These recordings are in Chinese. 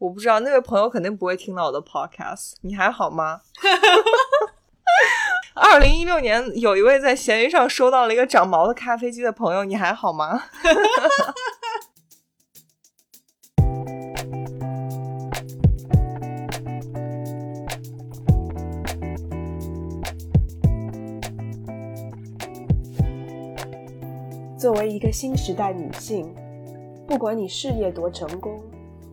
我不知道那位朋友肯定不会听到我的 podcast。你还好 吗？二零一六年，有一位在闲鱼上收到了一个长毛的咖啡机的朋友，你还好吗？作为一个新时代女性，不管你事业多成功，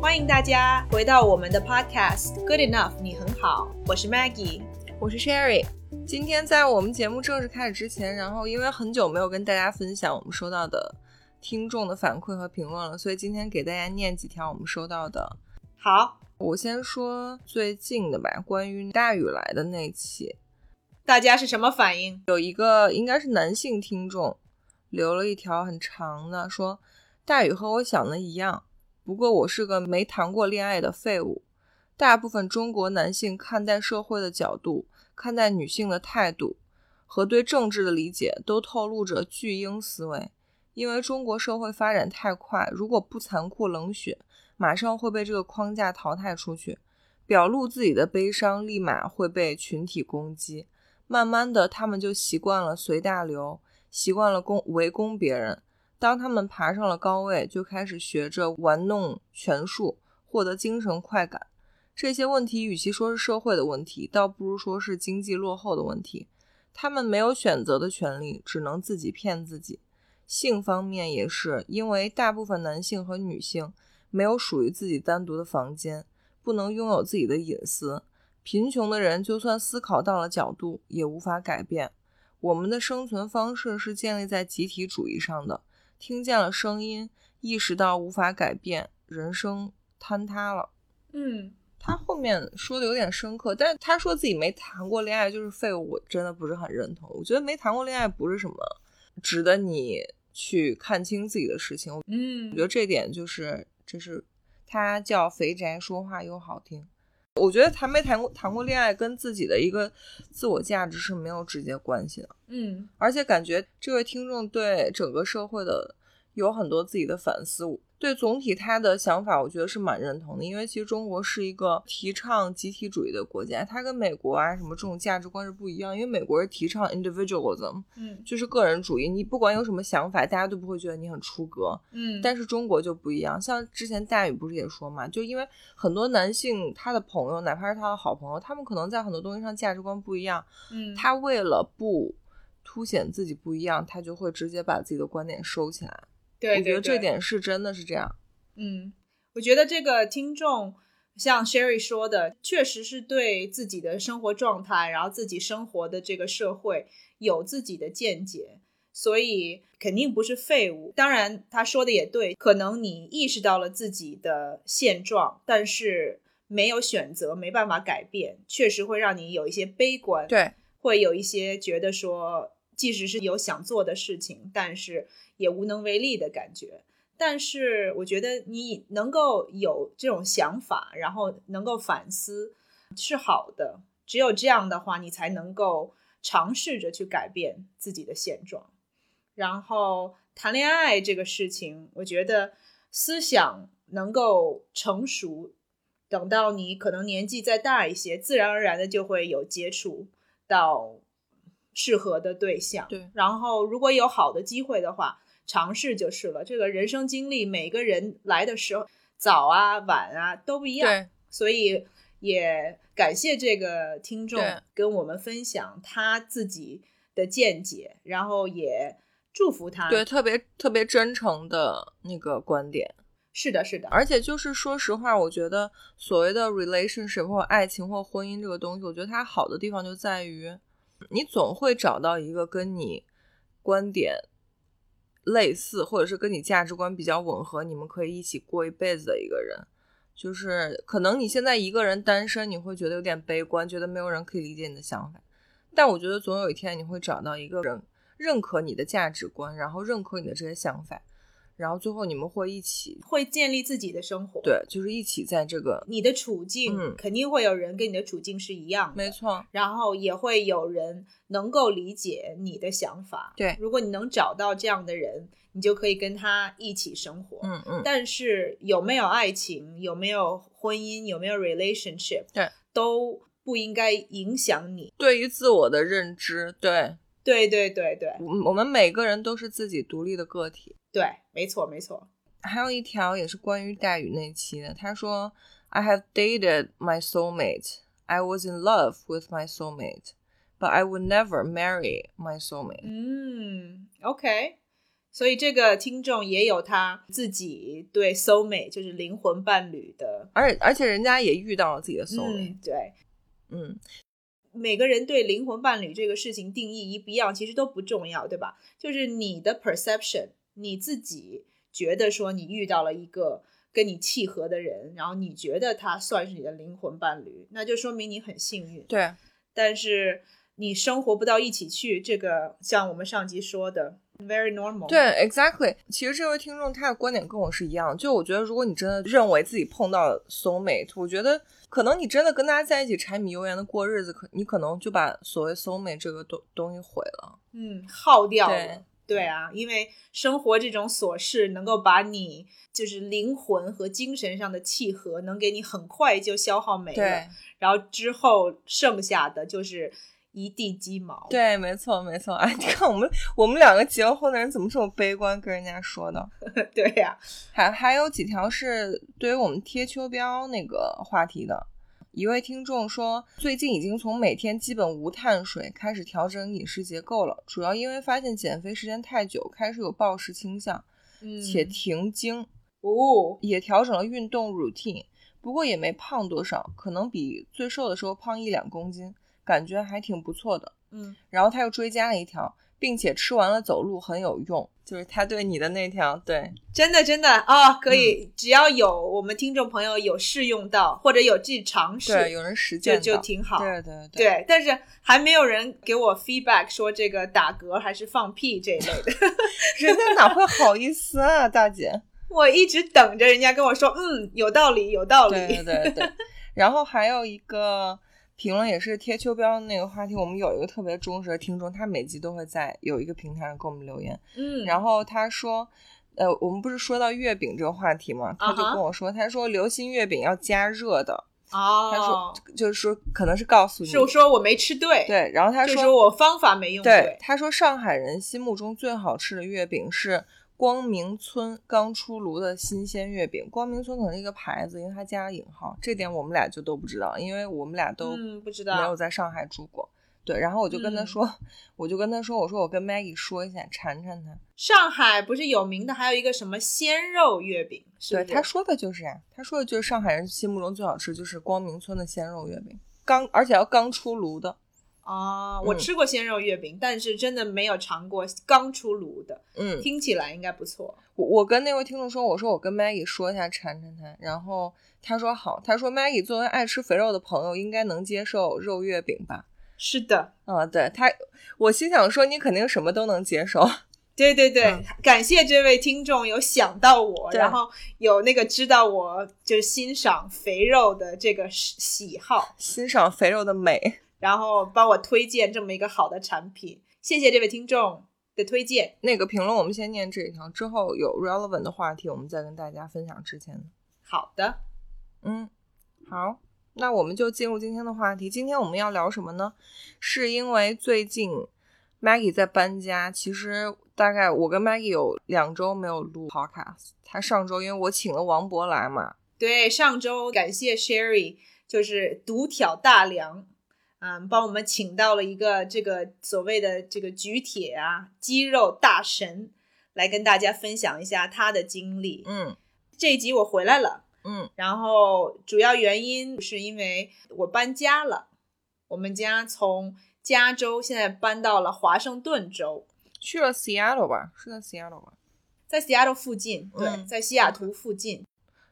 欢迎大家回到我们的 Podcast Good Enough，你很好，我是 Maggie。我是 Sherry。今天在我们节目正式开始之前，然后因为很久没有跟大家分享我们收到的听众的反馈和评论了，所以今天给大家念几条我们收到的。好，我先说最近的吧，关于大雨来的那期，大家是什么反应？有一个应该是男性听众留了一条很长的，说大宇和我想的一样，不过我是个没谈过恋爱的废物。大部分中国男性看待社会的角度、看待女性的态度和对政治的理解，都透露着巨婴思维。因为中国社会发展太快，如果不残酷冷血，马上会被这个框架淘汰出去。表露自己的悲伤，立马会被群体攻击。慢慢的，他们就习惯了随大流，习惯了攻围攻别人。当他们爬上了高位，就开始学着玩弄权术，获得精神快感。这些问题与其说是社会的问题，倒不如说是经济落后的问题。他们没有选择的权利，只能自己骗自己。性方面也是，因为大部分男性和女性没有属于自己单独的房间，不能拥有自己的隐私。贫穷的人就算思考到了角度，也无法改变。我们的生存方式是建立在集体主义上的。听见了声音，意识到无法改变，人生坍塌了。嗯，他后面说的有点深刻，但是他说自己没谈过恋爱就是废物，我真的不是很认同。我觉得没谈过恋爱不是什么值得你去看清自己的事情。我嗯觉，得这点就是，这是他叫肥宅，说话又好听。我觉得谈没谈过谈过恋爱跟自己的一个自我价值是没有直接关系的，嗯，而且感觉这位听众对整个社会的有很多自己的反思，我对总体他的想法，我觉得是蛮认同的。因为其实中国是一个提倡集体主义的国家，它跟美国啊什么这种价值观是不一样，因为美国是提倡 individualism，嗯，就是个人主义，你不管有什么想法，大家都不会觉得你很出格。嗯，但是中国就不一样，像之前大宇不是也说嘛，就因为很多男性他的朋友，哪怕是他的好朋友，他们可能在很多东西上价值观不一样，嗯，他为了不凸显自己不一样，他就会直接把自己的观点收起来。我对觉对得对这点是真的是这样。嗯，我觉得这个听众像 Sherry 说的，确实是对自己的生活状态，然后自己生活的这个社会有自己的见解，所以肯定不是废物。当然，他说的也对，可能你意识到了自己的现状，但是没有选择，没办法改变，确实会让你有一些悲观。对，会有一些觉得说，即使是有想做的事情，但是也无能为力的感觉。但是我觉得你能够有这种想法，然后能够反思，是好的。只有这样的话，你才能够尝试着去改变自己的现状。然后谈恋爱这个事情，我觉得思想能够成熟，等到你可能年纪再大一些，自然而然的就会有接触到适合的对象。对然后如果有好的机会的话，尝试就是了。这个人生经历，每个人来的时候早啊晚啊都不一样。对，所以也感谢这个听众对跟我们分享他自己的见解，然后也祝福他。对，，特别特别真诚的那个观点。是的，是的，而且就是说实话，我觉得所谓的 relationship 或爱情或婚姻这个东西，我觉得它好的地方就在于，你总会找到一个跟你观点类似，或者是跟你价值观比较吻合，你们可以一起过一辈子的一个人。就是可能你现在一个人单身，你会觉得有点悲观，觉得没有人可以理解你的想法。但我觉得总有一天你会找到一个人认可你的价值观，然后认可你的这些想法，然后最后你们会一起，会建立自己的生活。，对，就是一起在这个，你的处境、嗯肯定会有人跟你的处境是一样的，没错，然后也会有人能够理解你的想法。对如果你能找到这样的人，你就可以跟他一起生活。嗯嗯，但是有没有爱情，有没有婚姻，有没有 relationship，对，都不应该影响你。对于自我的认知，对对对对对我我们每个人都是自己独立的个体。对，没错没错。还有一条也是关于大宇那期的，他说：“I have dated my soulmate. I was in love with my soulmate, but I would never marry my soulmate.” 嗯，OK。所以这个听众也有他自己对 soul mate，就是灵魂伴侣的而且而且人家也遇到了自己的 soulmate，嗯，对，嗯每个人对灵魂伴侣这个事情定义一不一样，其实都不重要，对吧？就是你的 perception，你自己觉得说你遇到了一个跟你契合的人，然后你觉得他算是你的灵魂伴侣，那就说明你很幸运。对，但是你生活不到一起去，这个像我们上集说的，very normal。对，exactly。其实这位听众他的观点跟我是一样，就我觉得如果你真的认为自己碰到 soul mate，我觉得可能你真的跟大家在一起柴米油盐的过日子，可你可能就把所谓 soul mate 这个东东西毁了。嗯，耗掉了。对对啊，因为生活这种琐事能够把你就是灵魂和精神上的契合，能给你很快就消耗没了对，然后之后剩下的就是一地鸡毛。，对，没错，没错。哎，你看我们我们两个结了婚的人怎么这么悲观，跟人家说的？ 对呀、还还有几条是对于我们贴秋膘那个话题的。一位听众说，最近已经从每天基本无碳水开始调整饮食结构了，主要因为发现减肥时间太久，开始有暴食倾向，嗯，且停经，哦，也调整了运动 routine，不过也没胖多少，可能比最瘦的时候胖一两公斤，感觉还挺不错的。嗯，然后他又追加了一条，并且吃完了走路很有用，就是他对你的那条，对真的真的啊、可以，嗯只要有我们听众朋友有试用到或者有自己尝对，试，有人实践就到就挺好。对对对对，但是还没有人给我 feedback 说这个打嗝还是放屁这一类的。人家哪会好意思啊，大姐？我一直等着人家跟我说，嗯，有道理，有道理。对对对对。然后还有一个评论也是贴秋膘那个话题，我们有一个特别忠实的听众，他每集都会在有一个平台上给我们留言， 嗯，然后他说。呃，我们不是说到月饼这个话题吗？他就啊哈跟我说他说流心月饼要加热的他哦说，就是说可能是告诉你，是我说我没吃对，，对，然后他就说是我方法没用对，他说上海人心目中最好吃的月饼是光明村刚出炉的新鲜月饼。光明村可能是一个牌子，因为他加了引号，这点我们俩就都不知道，因为我们俩都嗯，不知没有道，在上海住过。对，然后我就跟他嗯说， 我就跟他说，我说我跟 Maggie 说一下，馋馋他。上海不是有名的，还有一个什么鲜肉月饼，是对，不是他说的就是呀、他说的就是上海人心目中最好吃就是光明村的鲜肉月饼，刚而且要刚出炉的。哦，我嗯吃过鲜肉月饼，但是真的没有尝过刚出炉的，嗯，听起来应该不错。我我跟那位听众说，我说我跟 Maggie 说一下馋馋他，然后他说好，他说 Maggie 作为爱吃肥肉的朋友，应该能接受肉月饼吧？是的，啊、对他，我心想说你肯定什么都能接受，对对对，嗯感谢这位听众有想到我，对然后有那个知道我就是欣赏肥肉的这个喜喜好。欣赏肥肉的美。然后帮我推荐这么一个好的产品。谢谢这位听众的推荐。那个评论我们先念这一条，之后有 relevant 的话题，我们再跟大家分享之前的。好的，嗯，好，那我们就进入今天的话题。今天我们要聊什么呢？是因为最近 Maggie 在搬家，其实大概我跟 Maggie 有两周没有录 podcast。她上周因为我请了王博来嘛，对，上周感谢 Sherry，就是独挑大梁，嗯，帮我们请到了一个这个所谓的这个举铁啊肌肉大神，来跟大家分享一下他的经历。嗯这一集我回来了。嗯然后主要原因是因为我搬家了，我们家从加州现在搬到了华盛顿州，去了 Seattle 吧，是在 Seattle 吧？在 Seattle 附近，对，嗯在西雅图附近，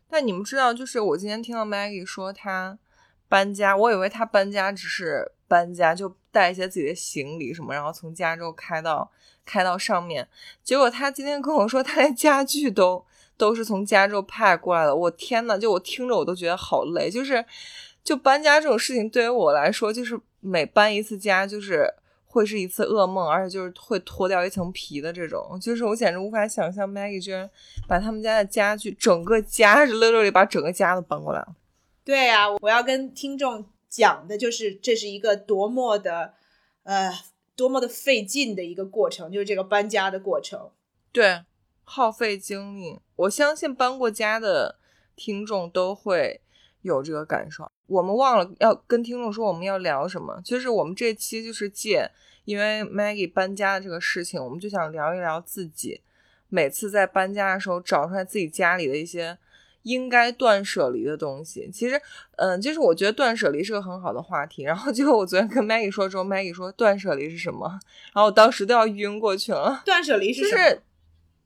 但你们知道，就是我今天听到 Maggie 说她搬家，我以为她搬家只是搬家，就带一些自己的行李什么，然后从加州开到开到上面。结果她今天跟我说，她连家具都都是从加州派过来的。我天呐，就我听着我都觉得好累，就是就搬家这种事情对于我来说，就是每搬一次家就是。会是一次噩梦，而且就是会脱掉一层皮的这种，就是我简直无法想象 Maggie 居然把他们家的家具，整个家 是 literally 把整个家都搬过来了。对啊，我要跟听众讲的就是这是一个多么的，呃，多么的费劲的一个过程，就是这个搬家的过程。对，耗费精力。我相信搬过家的听众都会有这个感受。我们忘了要跟听众说我们要聊什么，就是我们这期就是借因为 Maggie 搬家的这个事情，我们就想聊一聊自己每次在搬家的时候找出来自己家里的一些应该断舍离的东西。其实，嗯，就是我觉得断舍离是个很好的话题。然后，结果我昨天跟 Maggie 说之后，Maggie 说断舍离是什么，然后我当时都要晕过去了。断舍离就是什么？是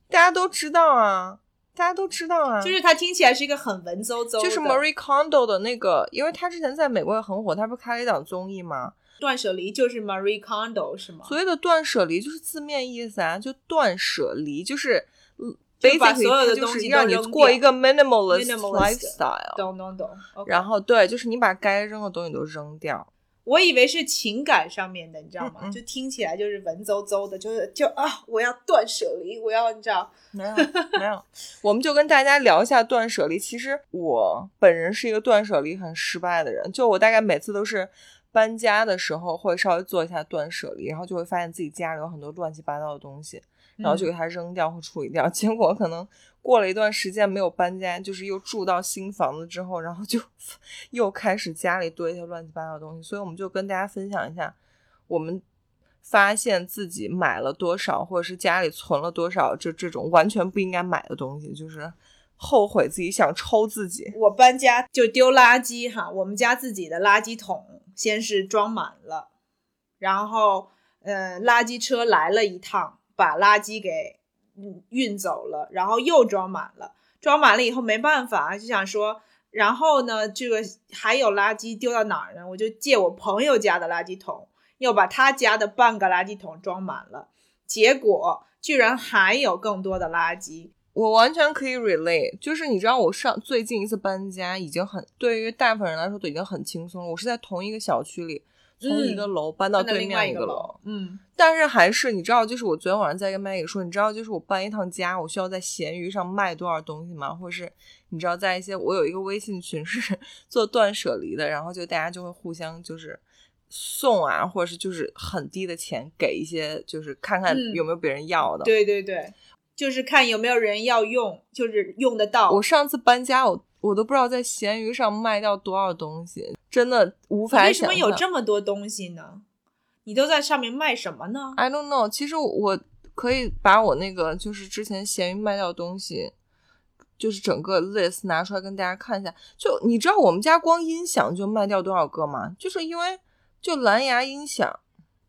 大家都知道啊，大家都知道啊，就是它听起来是一个很文绉绉的，就是 Marie Kondo 的那个，因为她之前在美国也很火，她不是开了一档综艺啊吗？断舍离就是 Marie Kondo 是吗？所谓的断舍离就是字面意思啊，就断舍离就是嗯就把所有 basically 的它就东是西都让你扔掉过一个 minimalist Minimalist lifestyle，懂懂懂。OK 然后对，就是你把该扔的东西都扔掉。我以为是情感上面的，你知道吗？嗯嗯就听起来就是文绉绉的，就是就啊，我要断舍离，我要你知道，没有没有， 我们就跟大家聊一下断舍离。其实我本人是一个断舍离很失败的人，就我大概每次都是搬家的时候会稍微做一下断舍离，然后就会发现自己家里有很多乱七八糟的东西，然嗯后就给它扔掉或处理掉。 结果可能过了一段时间没有搬家，就是又住到新房子之后，然后就 又开始家里堆一些乱七八糟的东西。所以我们就跟大家分享一下，我们发现自己买了多少，或者是家里存了多少这这种完全不应该买的东西，就是后悔自己想抽自己。我搬家就丢垃圾哈，我们家自己的垃圾桶先是装满了，然后呃，垃圾车来了一趟，把垃圾给嗯运走了，然后又装满了，装满了以后没办法，就想说。然后呢，这个还有垃圾丢到哪儿呢？我就借我朋友家的垃圾桶，又把他家的半个垃圾桶装满了，结果居然还有更多的垃圾，我完全可以 relate，就是你知道我上最近一次搬家已经很对于大部分人来说都已经很轻松了。我是在同一个小区里，从嗯一个楼搬到搬到对另外面一个楼，楼，嗯，但是还是你知道，就是我昨天晚上在跟 Maggie 说，你知道就是我搬一趟家，我需要在闲鱼上卖多少东西吗？或者是你知道在一些我有一个微信群是 做断舍离的，然后就大家就会互相就是送啊，或者是就是很低的钱给一些，就是看看嗯有没有别人要的。对对对，就是看有没有人要用，就是用得到。我上次搬家，我我都不知道在闲鱼上卖掉多少东西，真的无法想为什象。么有这么多东西呢？你都在上面卖什么呢？ I don't know，其实我可以把我那个就是之前闲鱼卖掉的东西，就是整个 list 拿出来跟大家看一下。就你知道我们家光音响就卖掉多少个吗？就是因为就蓝牙音响，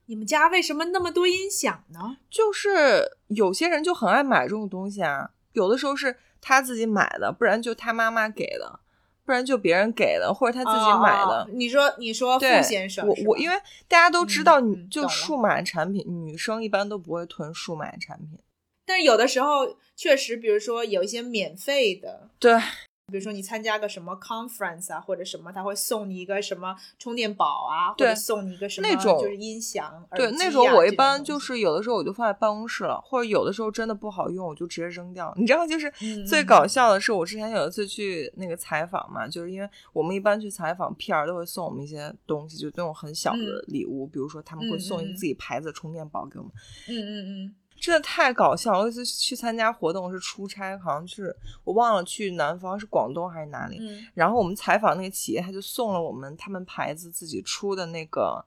你们家为什么那么多音响呢？就是有些人就很爱买这种东西啊，有的时候是他自己买的，不然就他妈妈给的，不然就别人给的，或者他自己买的。哦你说你说傅对，先生我是吧，我因为大家都知道，嗯你嗯就懂了数码产品，女生一般都不会囤数码产品。但是有的时候确实，比如说有一些免费的，对，比如说你参加个什么 conference 啊，或者什么，他会送你一个什么充电宝啊，或对者送你一个什么那种就是音响、耳对，机那啊种我一般这种就东西是有的时候我就放在办公室了，或者有的时候真的不好用，我就直接扔掉。你知道，就是嗯最嗯搞笑的是，我之前有一次去那个采访嘛，就是因为我们一般去采访，PR 都会送我们一些东西，就那种很小的礼物，比如说他们会嗯送一嗯个嗯自己牌子的充电宝给我们，嗯嗯嗯，真的太搞笑了。我有一次去参加活动是出差，好像是我忘了去南方，是广东还是哪里，嗯然后我们采访那个企业，他就送了我们他们牌子自己呃出的那个，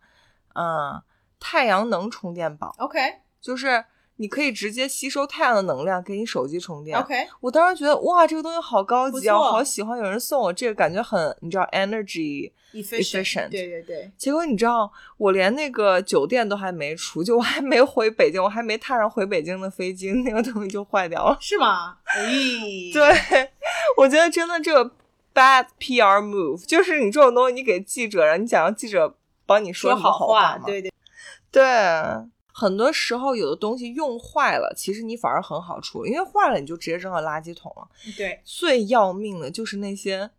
嗯、太阳能充电宝。 ，OK，就是你可以直接吸收太阳的能量给你手机充电。 OK，我当时觉得哇，这个东西好高级啊，不错我好喜欢，有人送我这个，感觉很，你知道 energy。efficient 对对对，结果你知道，我连那个酒店都还没出，就我还没回北京，我还没踏上回北京的飞机， 那个东西就坏掉了。是吗？哎咦，对， 我觉得真的这个 bad PR move，就是你这种东西，你给记者，然后你想让记者帮你说你的好话，嘛？对对，对，很多时候有的东西用坏了，其实你反而很好处理，因为坏了你就直接扔到垃圾桶了。对，最要命的就是那些，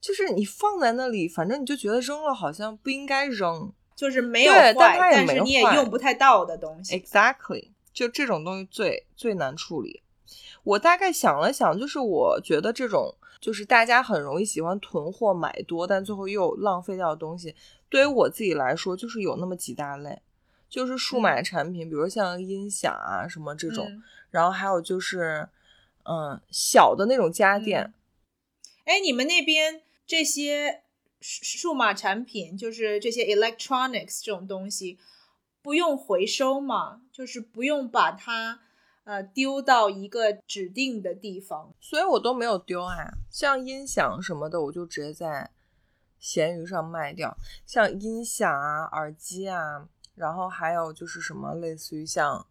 就是你放在那里，反正你就觉得扔了好像不应该扔。就是没有对坏，但它也但没是你也坏用不太到的东西。 Exactly，就这种东西最最难处理。我大概想了想，就是我觉得这种就是大家很容易喜欢囤货买多，但最后又浪费掉的东西，对于我自己来说，就是有那么几大类，就是数码产品，比如像音响啊什么这种，嗯然后还有就是嗯小的那种家电，哎，你们那边这些数数码产品，就是这些 electronics 这种东西，不用回收吗？就是不用把它呃丢到一个指定的地方。所以我都没有丢啊。像音响什么的，我就直接在闲鱼上卖掉。像音响啊、耳机啊，然后还有就是什么类似于像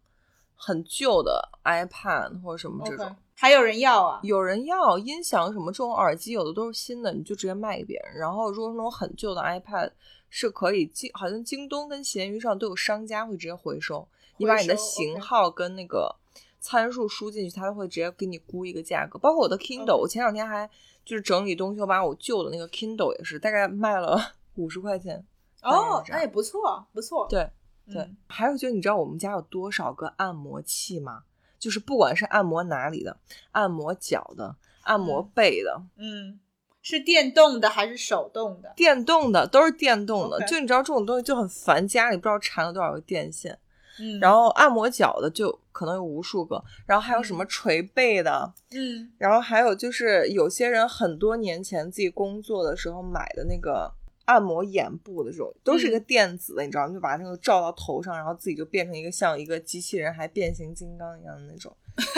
很旧的 iPad 或者什么这种 OK，还有人要啊？有人要音响什么这种耳机，有的都是新的，你就直接卖给别人。然后如果是那种很旧的 iPad，是可以京好像京东跟闲鱼上都有商家会直接回收，你把你的回收型 OK 号跟那个参数输进去，它会直接给你估一个价格。包括我的 Kindle，、 OK 我前两天还就是整理东西，我把我旧的那个 Kindle 也是大概卖了 五十块钱。大哦概是这，样那也不错，不错。对对，嗯还有就是你知道我们家有多少个按摩器吗？就是不管是按摩哪里的，按摩脚的，按摩嗯背的，嗯，是电动的还是手动的？电动的都是电动的 OK 就你知道这种东西就很烦，家里不知道缠了多少个电线。嗯，然后后按摩脚的就可能有无数个，然后还有什么捶背的，嗯然后还有就是有些人很多年前自己工作的时候买的那个按摩眼部的这种，都是一个嗯电子的，你知道吗？就把那个罩到头上，然后自己就变成一个像一个机器人还变形金刚一样的那种。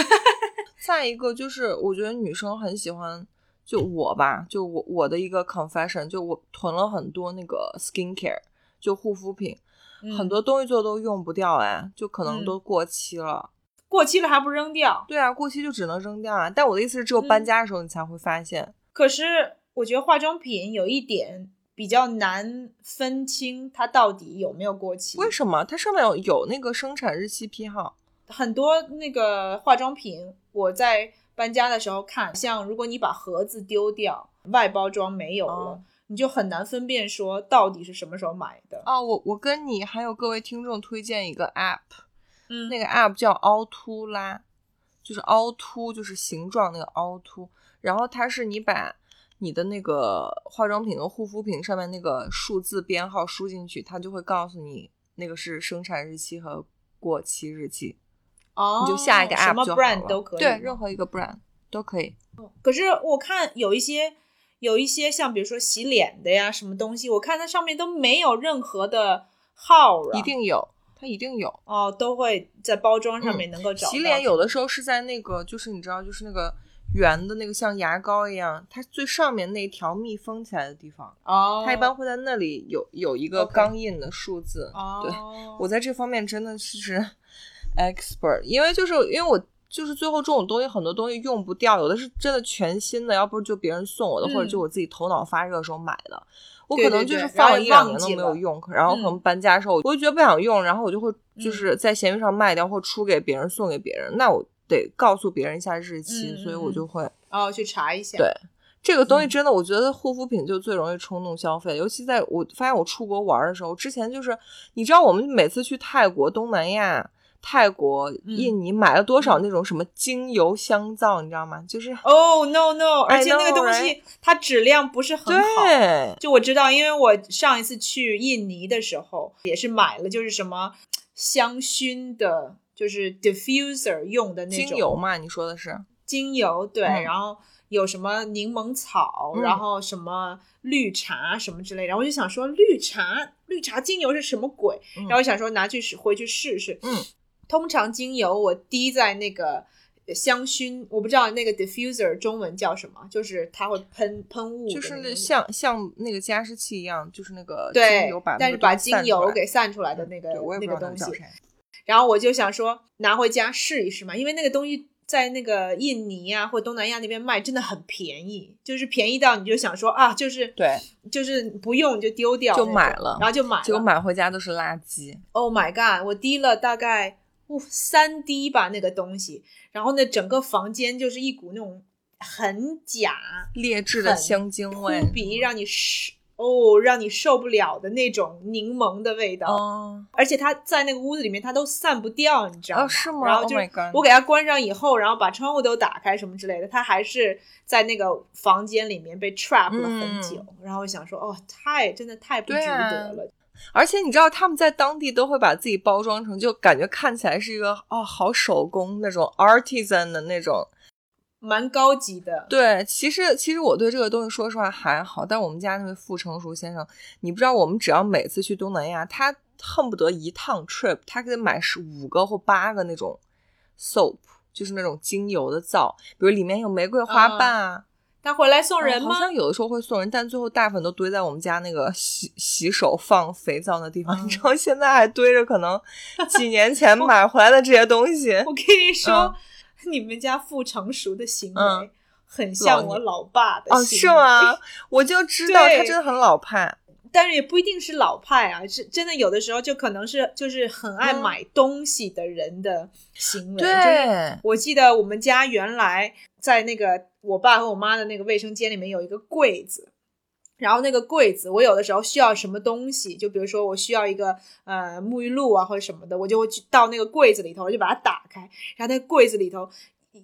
再一个就是，我觉得女生很喜欢，就我吧，就我我的一个 confession，就我囤了很多那个 skincare，就护肤品，嗯很多东西就都用不掉哎，就可能嗯都过期了。过期了还不扔掉。对啊，过期就只能扔掉啊。但我的意思是，只有嗯搬家的时候你才会发现。可是我觉得化妆品有一点比较难分清它到底有没有过期。为什么？它上面有有那个生产日期批号。很多那个化妆品，我在搬家的时候看，像如果你把盒子丢掉，外包装没有了，哦你就很难分辨说到底是什么时候买的。哦，我我跟你还有各位听众推荐一个 app，嗯那个 app 叫凹凸拉，就是凹凸，就是形状那个凹凸。然后它是你把你的那个化妆品和护肤品上面那个数字编号输进去，它就会告诉你那个是生产日期和过期日期。哦，你就下一个 app 什么就好 brand 了都可以吗，对，任何一个 brand 都可以。可是我看有一些有一些像比如说洗脸的呀，什么东西，我看它上面都没有任何的号啊了，一定有，它一定有。哦，都会在包装上面能够找嗯到。洗脸有的时候是在那个，就是你知道，就是那个圆的那个像牙膏一样，它最上面那一条密封起来的地方，哦，它一般会在那里有有一个 OK 钢印的数字。哦，对我在这方面真的是 是 expert，因为就是因为我。就是最后这种东西，很多东西用不掉，有的是真的全新的，要不就别人送我的，嗯或者就我自己头脑发热的时候买的。我对可能对就对是然后放了一两忘年都记没有了嗯用，然后可能搬家的时候，我就觉得不想用，然后我就会就是在闲鱼上卖掉或出给别人、送给别人。那我得告诉别人一下日期，嗯所以我就会哦去查一下。对这个东西嗯真的，我觉得护肤品就最容易冲动消费，尤其在我发现我出国玩的时候，之前就是你知道我们每次去泰国、东南亚、泰国、嗯印尼买了多少那种什么精油香皂，你知道吗？就是哦、no no， I 而且那个 know, 东西它质量不是很好。对，就我知道，因为我上一次去印尼的时候也是买了，就是什么香薰的，就是 diffuser 用的那种精油嘛，你说的是精油对，嗯然后有什么柠檬草，嗯然后什么绿茶什么之类，然后我就想说绿茶绿茶精油是什么鬼，嗯然后我想说拿去试回去试试，嗯，通常精油我滴在那个香薰，我不知道那个 diffuser 中文叫什么，就是它会喷喷雾的就那种，是那像像那个加湿器一样，就是那个精对油把那个但是把东西散精出油来给散出来的那个对我也不知那个道它东西叫，啥然后我就想说拿回家试一试嘛，因为那个东西在那个印尼啊或东南亚那边卖真的很便宜，就是便宜到你就想说啊，就是对，就是不用就丢掉那就种，买了然后就买结果了买回家都是垃圾。 Oh my god！我滴了大概哦三滴吧那个东西，然后呢，整个房间就是一股那种很假、劣质的很香精扑味，鼻，让你是哦让你受不了的那种柠檬的味道。哦，而且它在那个屋子里面，它都散不掉，你知道吗？哦是吗然后 Oh 就 my god 我给它关上以后，然后把窗户都打开什么之类的，它还是在那个房间里面被 trap 了很久。然后我想说，哦，太真的太不值嗯对啊得了，而且你知道他们在当地都会把自己包装成，就感觉看起来是一个哦好手工那种 artisan 的那种。蛮高级的。对，其实其实我对这个东西说实话还好，但我们家那位傅成熟先生，你不知道我们只要每次去东南亚，他恨不得一趟 trip 他可以买十五个或八个那种 soap，就是那种精油的皂，比如里面有玫瑰花瓣啊。他回来送人嗯吗？好像有的时候会送人，但最后大部分都堆在我们家那个洗洗手放肥皂的地方。嗯你知道现在还堆着可能 几年前买回来的这些东西。我跟你说，你们家傅成熟的行为、嗯很像老我老爸的哦，是行为？吗？我就知道对他真的很老派。 但是也不一定是老派啊，是真的有的时候就可能是就是很爱嗯买东西的人的行为。就是对，我记得我们家原来在那个我爸和我妈的那个卫生间里面有一个柜子。然后那个柜子，我有的时候需要什么东西，就比如说我需要一个呃沐浴露啊或者什么的，我就会去到那个柜子里头，我就把它打开，然后那个柜子里头，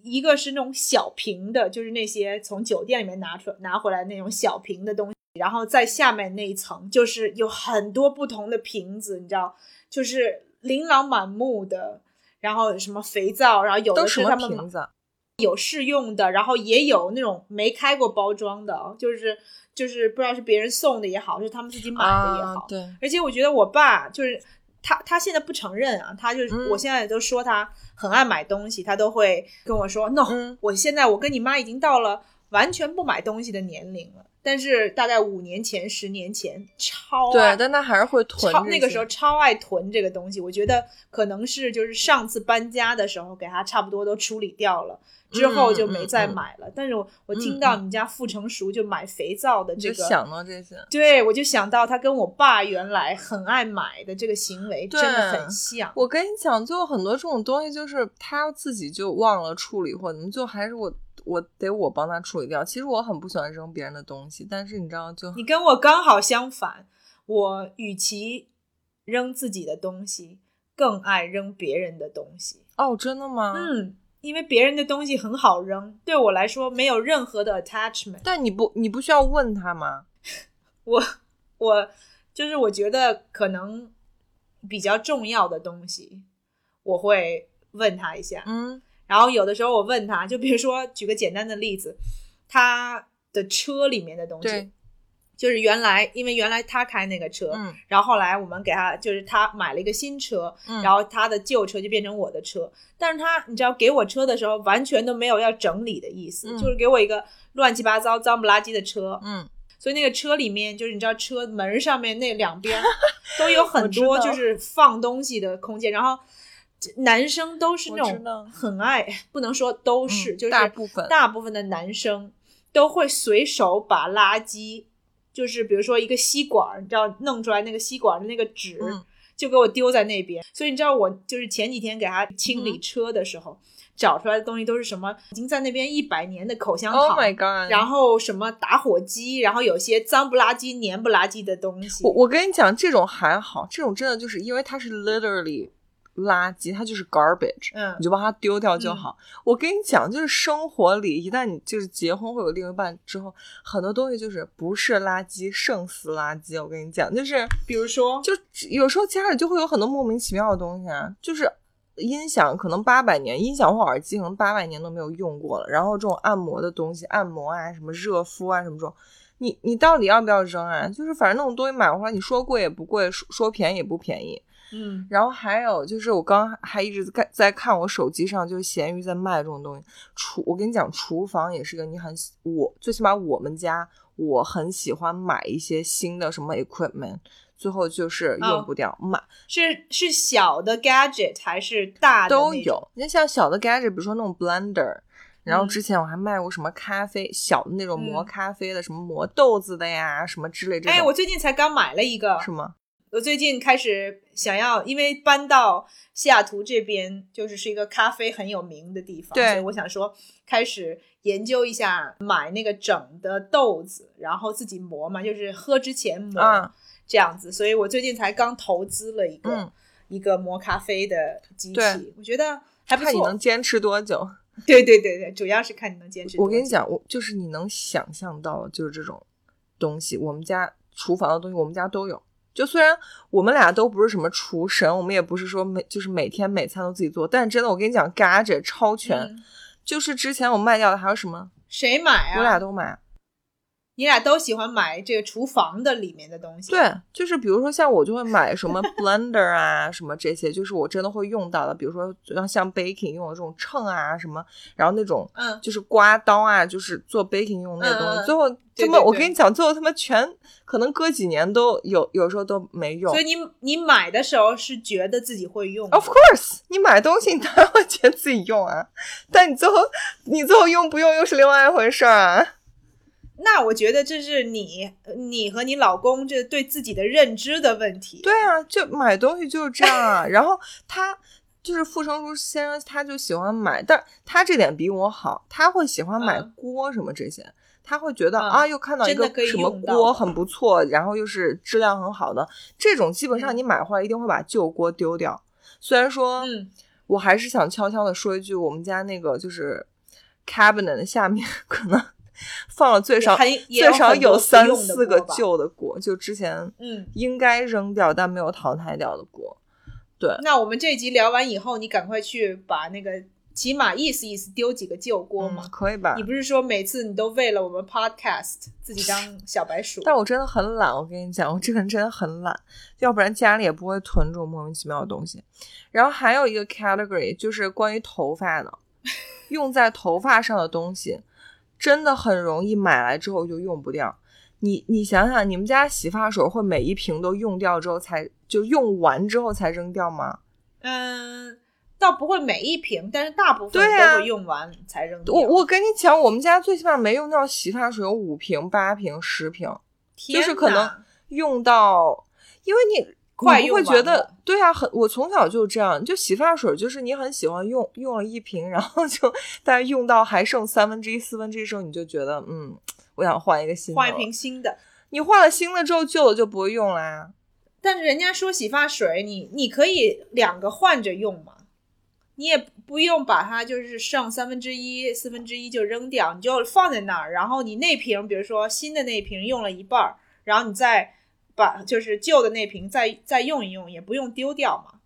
一个是那种小瓶的，就是那些从酒店里面拿出拿回来那种小瓶的东西，然后在下面那一层就是有很多不同的瓶子，你知道，就是琳琅满目的。然后什么肥皂，然后有都的什是么他们买瓶子啊？有试用的，然后也有那种没开过包装的啊，就是就是不知道是别人送的也好，是他们自己买的也好。啊、对，而且我觉得我爸就是他，他现在不承认啊，他就是、嗯我现在都说他很爱买东西，他都会跟我说，no，、嗯我现在我跟你妈已经到了完全不买东西的年龄了。但是大概五年前、十年前，超爱对，但他还是会囤超这那个些时候超爱囤这个东西，我觉得可能是就是上次搬家的时候给它差不多都处理掉了，之后就没嗯再买了。但是我我听到你们家傅成熟就买肥皂的你这就个，想到这些。对我就想到他跟我爸原来很爱买的这个行为对真的很像。我跟你讲，就很多这种东西，就是他自己就忘了处理，或者就还是我我得我帮他处理掉。其实我很不喜欢扔别人的东西，但是你知道就，你跟我刚好相反，我与其扔自己的东西，更爱扔别人的东西。哦，真的吗？嗯，因为别人的东西很好扔，对我来说没有任何的 attachment。但你不你不需要问他吗？我我就是我觉得可能比较重要的东西，我会问他一下。嗯，然后有的时候我问他，就比如说举个简单的例子，他的车里面的东西对，，就是原来因为原来他开那个车，嗯然后后来我们给他就是他买了一个新车，嗯，然后他的旧车就变成我的车，但是他你知道给我车的时候完全都没有要整理的意思，嗯就是给我一个乱七八糟脏不拉几的车，嗯，所以那个车里面，就是你知道车门上面那两边 都有很多我知道就是放东西的空间，然后男生都是那我知道种很爱，不能说都是，嗯就是大部分大部分的男生都会随手把垃圾，就是比如说一个吸管，你知道弄出来那个吸管的那个纸，嗯就给我丢在那边。所以你知道我就是前几天给他清理嗯车的时候，找出来的东西都是什么已经在那边一百年的口香糖。 Oh my god！然后什么打火机，然后有些脏不拉几、黏不拉几的东西。我我跟你讲，这种还好，这种真的就是因为它是 literally 垃圾，它就是 garbage，嗯你就把它丢掉就好。我跟你讲，就是生活里一旦你就是结婚会有另一半之后，很多东西就是不是垃圾胜似垃圾。我跟你讲，就是比如说，就有时候家里就会有很多莫名其妙的东西啊，就是音响可能八百年，音响或耳机可能八百年都没有用过了，然后这种按摩的东西，按摩啊什么热敷啊什么这种，你你到底要不要扔啊？就是反正那种东西买回来，你说贵也不贵，说说便宜也不便宜。嗯，然后还有就是，我刚还一直在在看我手机上，就是闲鱼在卖这种东西。厨，我跟你讲，厨房也是个你很喜我最起码我们家我很喜欢买一些新的什么 equipment，最后就是用哦不掉，买是是小的 gadget 还是大的那种都有。你像小的 gadget，比如说那种 blender，然后嗯之前我还卖过什么咖啡小的那种磨嗯咖啡的，什么磨豆子的呀，什么之类这种。哎，我最近才刚买了一个，是吗？我最近开始想要，因为搬到西雅图这边，就是是一个咖啡很有名的地方，对所以我想说开始研究一下买那个整的豆子，然后自己磨嘛，就是喝之前磨、啊，这样子。所以我最近才刚投资了一个、嗯，一个磨咖啡的机对器，我觉得还不看你错能。坚持多久。对对对对，主要是看你能坚持多我久。跟你讲，我就是你能想象到，就是这种东西，我们家厨房的东西，我们家都有。就虽然我们俩都不是什么厨神，我们也不是说每就是每天每餐都自己做，但真的我跟你讲，gadget 超全。嗯就是之前我卖掉的还有什么，谁买啊？我俩都买。你俩都喜欢买这个厨房的里面的东西。对，就是比如说像我就会买什么 blender 啊，什么这些，就是我真的会用到的。比如说像像 baking 用的这种秤啊什么，然后那种嗯，就是刮刀啊，就是做 baking 用的那东西。嗯嗯嗯最后对他们，对我对跟你讲，最后他们全可能隔几年都有，有时候都没用所。以你你买的时候是觉得自己会用的 Of course，你买东西你当然会觉得自己用啊，但你最后你最后用不用又是另外一回事儿啊。那我觉得这是你你和你老公这对自己的认知的问题。对啊，就买东西就是这样啊。然后他就是傅成书先生，他就喜欢买，但他这点比我好，他会喜欢买嗯锅什么这些。他会觉得、嗯啊，又看到一真个的可以什么用到锅的很不错，然后又是质量很好的，这种基本上嗯你买回来一定会把旧锅丢掉。虽然说，嗯，我还是想悄悄的说一句，我们家那个就是 cabinet 的下面可能 放了最少还也最少很多有不三用的四锅个吧。旧的锅，就之前嗯，应该扔掉但没有淘汰掉的锅。那我们这一集聊完以后，你赶快去把那个起码意思意思丢几个旧锅嗯嘛。，可以吧你？不是说每次你都为了我们 podcast 自己当小白鼠？但我真的很懒，我跟你讲，我这个人真的很懒，要不然家里也不会囤这种莫名其妙的东西。然后还有一个 category 就是关于头发的，用在头发上的东西，真的很容易买来之后就用不掉。你你想想，你们家洗发水会每一瓶都用掉之后才就用完之后才扔掉吗？嗯，倒不会每一瓶，但是大部分对啊都会用完才扔掉。我我跟你讲，我们家最起码没用掉洗发水有五瓶、八瓶、十瓶，天就是可能哪用到，因为你快你不会用完觉得了对啊，很我从小就这样，就洗发水就是你很喜欢用，用了一瓶，然后就但是用到还剩三分之一、四分之一的时候，你就觉得嗯，我想换一个新的，换一瓶，新的。你换了新的之后，旧的就不会用啦。但是人家说洗发水，你你可以两个换着用嘛，你也不用把它就是剩三分之一、四分之一就扔掉，你就放在那儿。然后你那瓶，比如说新的那瓶用了一半儿，然后你再把就是旧的那瓶再再用一用，也不用丢掉嘛。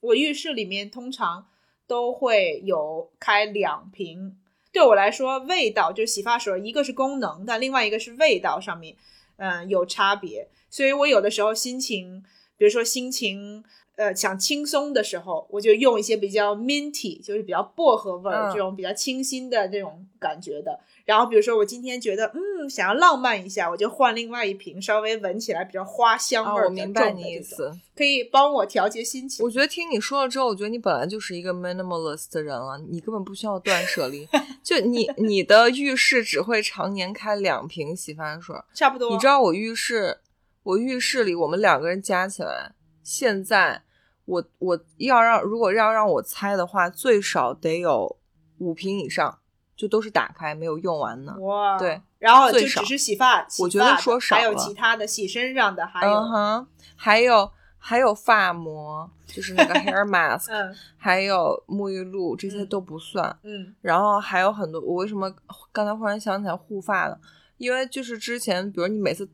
我浴室里面通常都会有开两瓶，对我来说味道就是洗发水，一个是功能，但另外一个是味道上面嗯有差别，所以我有的时候心情，比如说心情呃想轻松的时候，我就用一些比较 minty，就是比较薄荷味儿、嗯这种比较清新的这种感觉的。然后比如说我今天觉得嗯想要浪漫一下，我就换另外一瓶稍微闻起来比较花香啊，味儿我比较明重白的你意这种，思。可以帮我调节心情。我觉得听你说了之后，我觉得你本来就是一个 minimalist 的人了，你根本不需要断舍离。 就你你的浴室只会常年开两瓶洗发水，差不多，你知道我浴室，我浴室里我们两个人加起来，现在我我要让如果要让我猜的话，最少得有五瓶以上，就都是打开没有用完的。哇，对，然后就最少只是洗发，洗我觉得发的说少还有了其他的洗身上的，还有、嗯哼，还有还有发膜，就是那个 hair mask，嗯还有沐浴露，这些嗯都不算。嗯然后还有很多，我为什么刚才忽然想起来护发了？因为就是之前，比如你每次，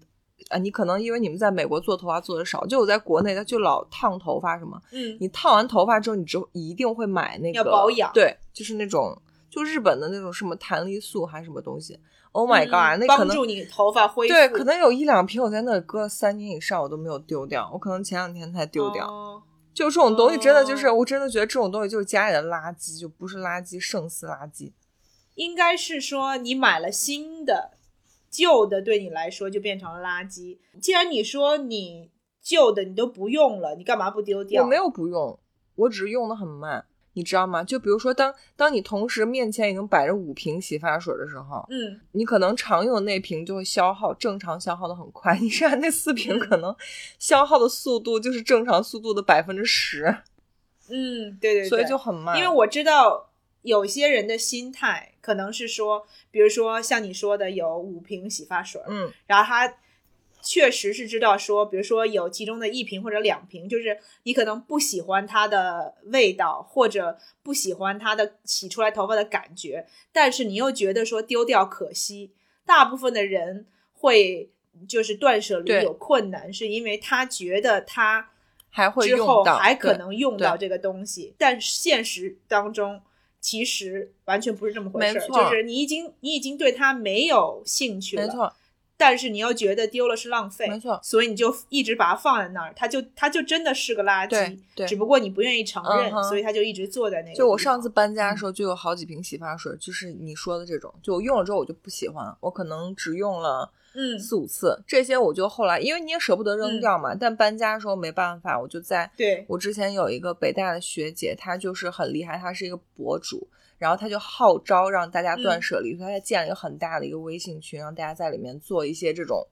啊，你可能因为你们在美国做头发做的少，就我在国内就老烫头发什么，嗯，你烫完头发之后，你之后一定会买那个要保养对，就是那种就日本的那种什么弹力素还是什么东西，Oh my 嗯 god，、那可帮能助你头发恢复，对，可能有一两瓶我在那儿搁三年以上，我都没有丢掉，我可能前两天才丢掉。哦就这种东西，真的就是，哦我真的觉得这种东西就是家里的垃圾，就不是垃圾胜似垃圾。应该是说你买了新的，旧的对你来说就变成了垃圾。既然你说你旧的你都不用了，你干嘛不丢掉？我没有不用，我只是用的很慢，你知道吗？就比如说当当你同时面前已经摆着五瓶洗发水的时候，嗯，你可能常用的那瓶就会消耗，正常消耗的很快。你剩下那四瓶嗯可能消耗的速度就是正常速度的百分之十，嗯，对对对，所以就很慢。因为我知道有些人的心态可能是说，比如说像你说的有五瓶洗发水，嗯，然后他确实是知道说，比如说有其中的一瓶或者两瓶，就是你可能不喜欢它的味道，或者不喜欢它的洗出来头发的感觉，但是你又觉得说丢掉可惜。大部分的人会就是断舍离对有困难，是因为他觉得他还会之用后到，还可对能用到这个东西，但现实当中其实完全不是这么回事没儿，错就是你已经你已经对它没有兴趣了，没错，但是你又觉得丢了是浪费，没错所以你就一直把它放在那儿，它就它就真的是个垃圾对，对只不过你不愿意承认，嗯哼所以它就一直坐在那个地方。就我上次搬家的时候，就有好几瓶洗发水，就是你说的这种，就我用了之后我就不喜欢了，我可能只用了嗯，四五次，这些我就后来，因为你也舍不得扔掉嘛，但搬家的时候没办法，我就在对，我之前有一个北大的学姐，她就是很厉害，她是一个博主，然后她就号召让大家嗯断舍离，所以她建了一个很大的一个微信群，让大家在里面做一些这种，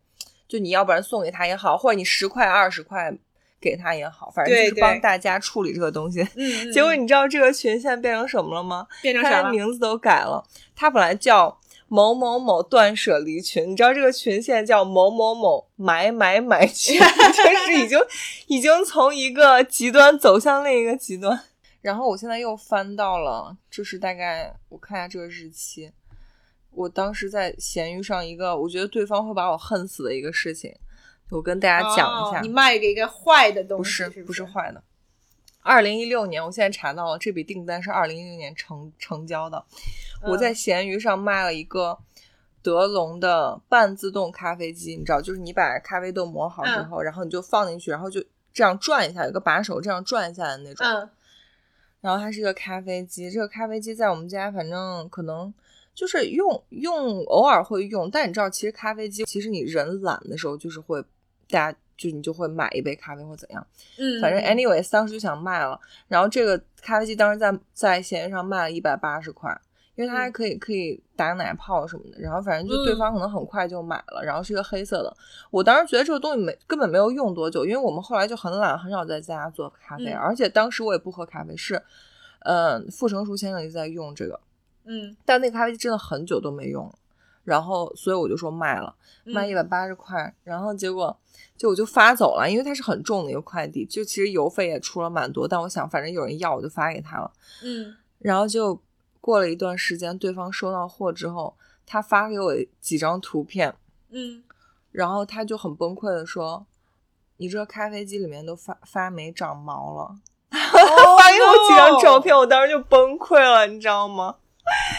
就你要不然送给她也好，或者你十块二十块给她也好，反正就对是对帮大家处理这个东西。嗯，嗯结果嗯你知道这个群现在变成什么了吗？变成它啥连了？名字都改了，它本来叫某某某断舍离群，你知道这个群现在叫某某某买买买群， 就是已经已经从一个极端走向另一个极端。然后我现在又翻到了，这是大概我看一下这个日期，我当时在闲鱼上一个我觉得对方会把我恨死的一个事情，我跟大家讲一下。哦你卖给一个坏的不东西，是是不是是坏的。二零一六年，我现在查到了这笔订单是二零一六年成成交的。我嗯在闲鱼上卖了一个德龙的半自动咖啡机，你知道，就是你把咖啡豆磨好之嗯后，然后你就放进去，然后就这样转一下，有个把手这样转一下的那种。嗯然后它是一个咖啡机，这个咖啡机在我们家反正可能就是用用偶尔会用，但你知道，其实咖啡机其实你人懒的时候就是会大家。就你就会买一杯咖啡或怎样，嗯，反正嗯 anyways 当时就想卖了，然后这个咖啡机当时在在闲鱼上卖了一百八十块，因为它还可以可以打奶泡什么的，然后反正就对嗯方可能很快就买了，然后是一个黑色的，我当时觉得这个东西没根本没有用多久，因为我们后来就很懒，很少在家做咖啡，嗯而且当时我也不喝咖啡，是，呃，傅成熟先生一直在用这个，嗯但那个咖啡机真的很久都没用了，然后所以我就说卖了。嗯卖一百八十块，然后结果就我就发走了，因为它是很重的一个快递，就其实邮费也出了蛮多，但我想反正有人要我就发给他了。嗯然后就过了一段时间，对方收到货之后，他发给我几张图片，嗯然后他就很崩溃的说：“你这咖啡机里面都发发霉长毛了。” 发发给我几张照片，我当时就崩溃了，你知道吗？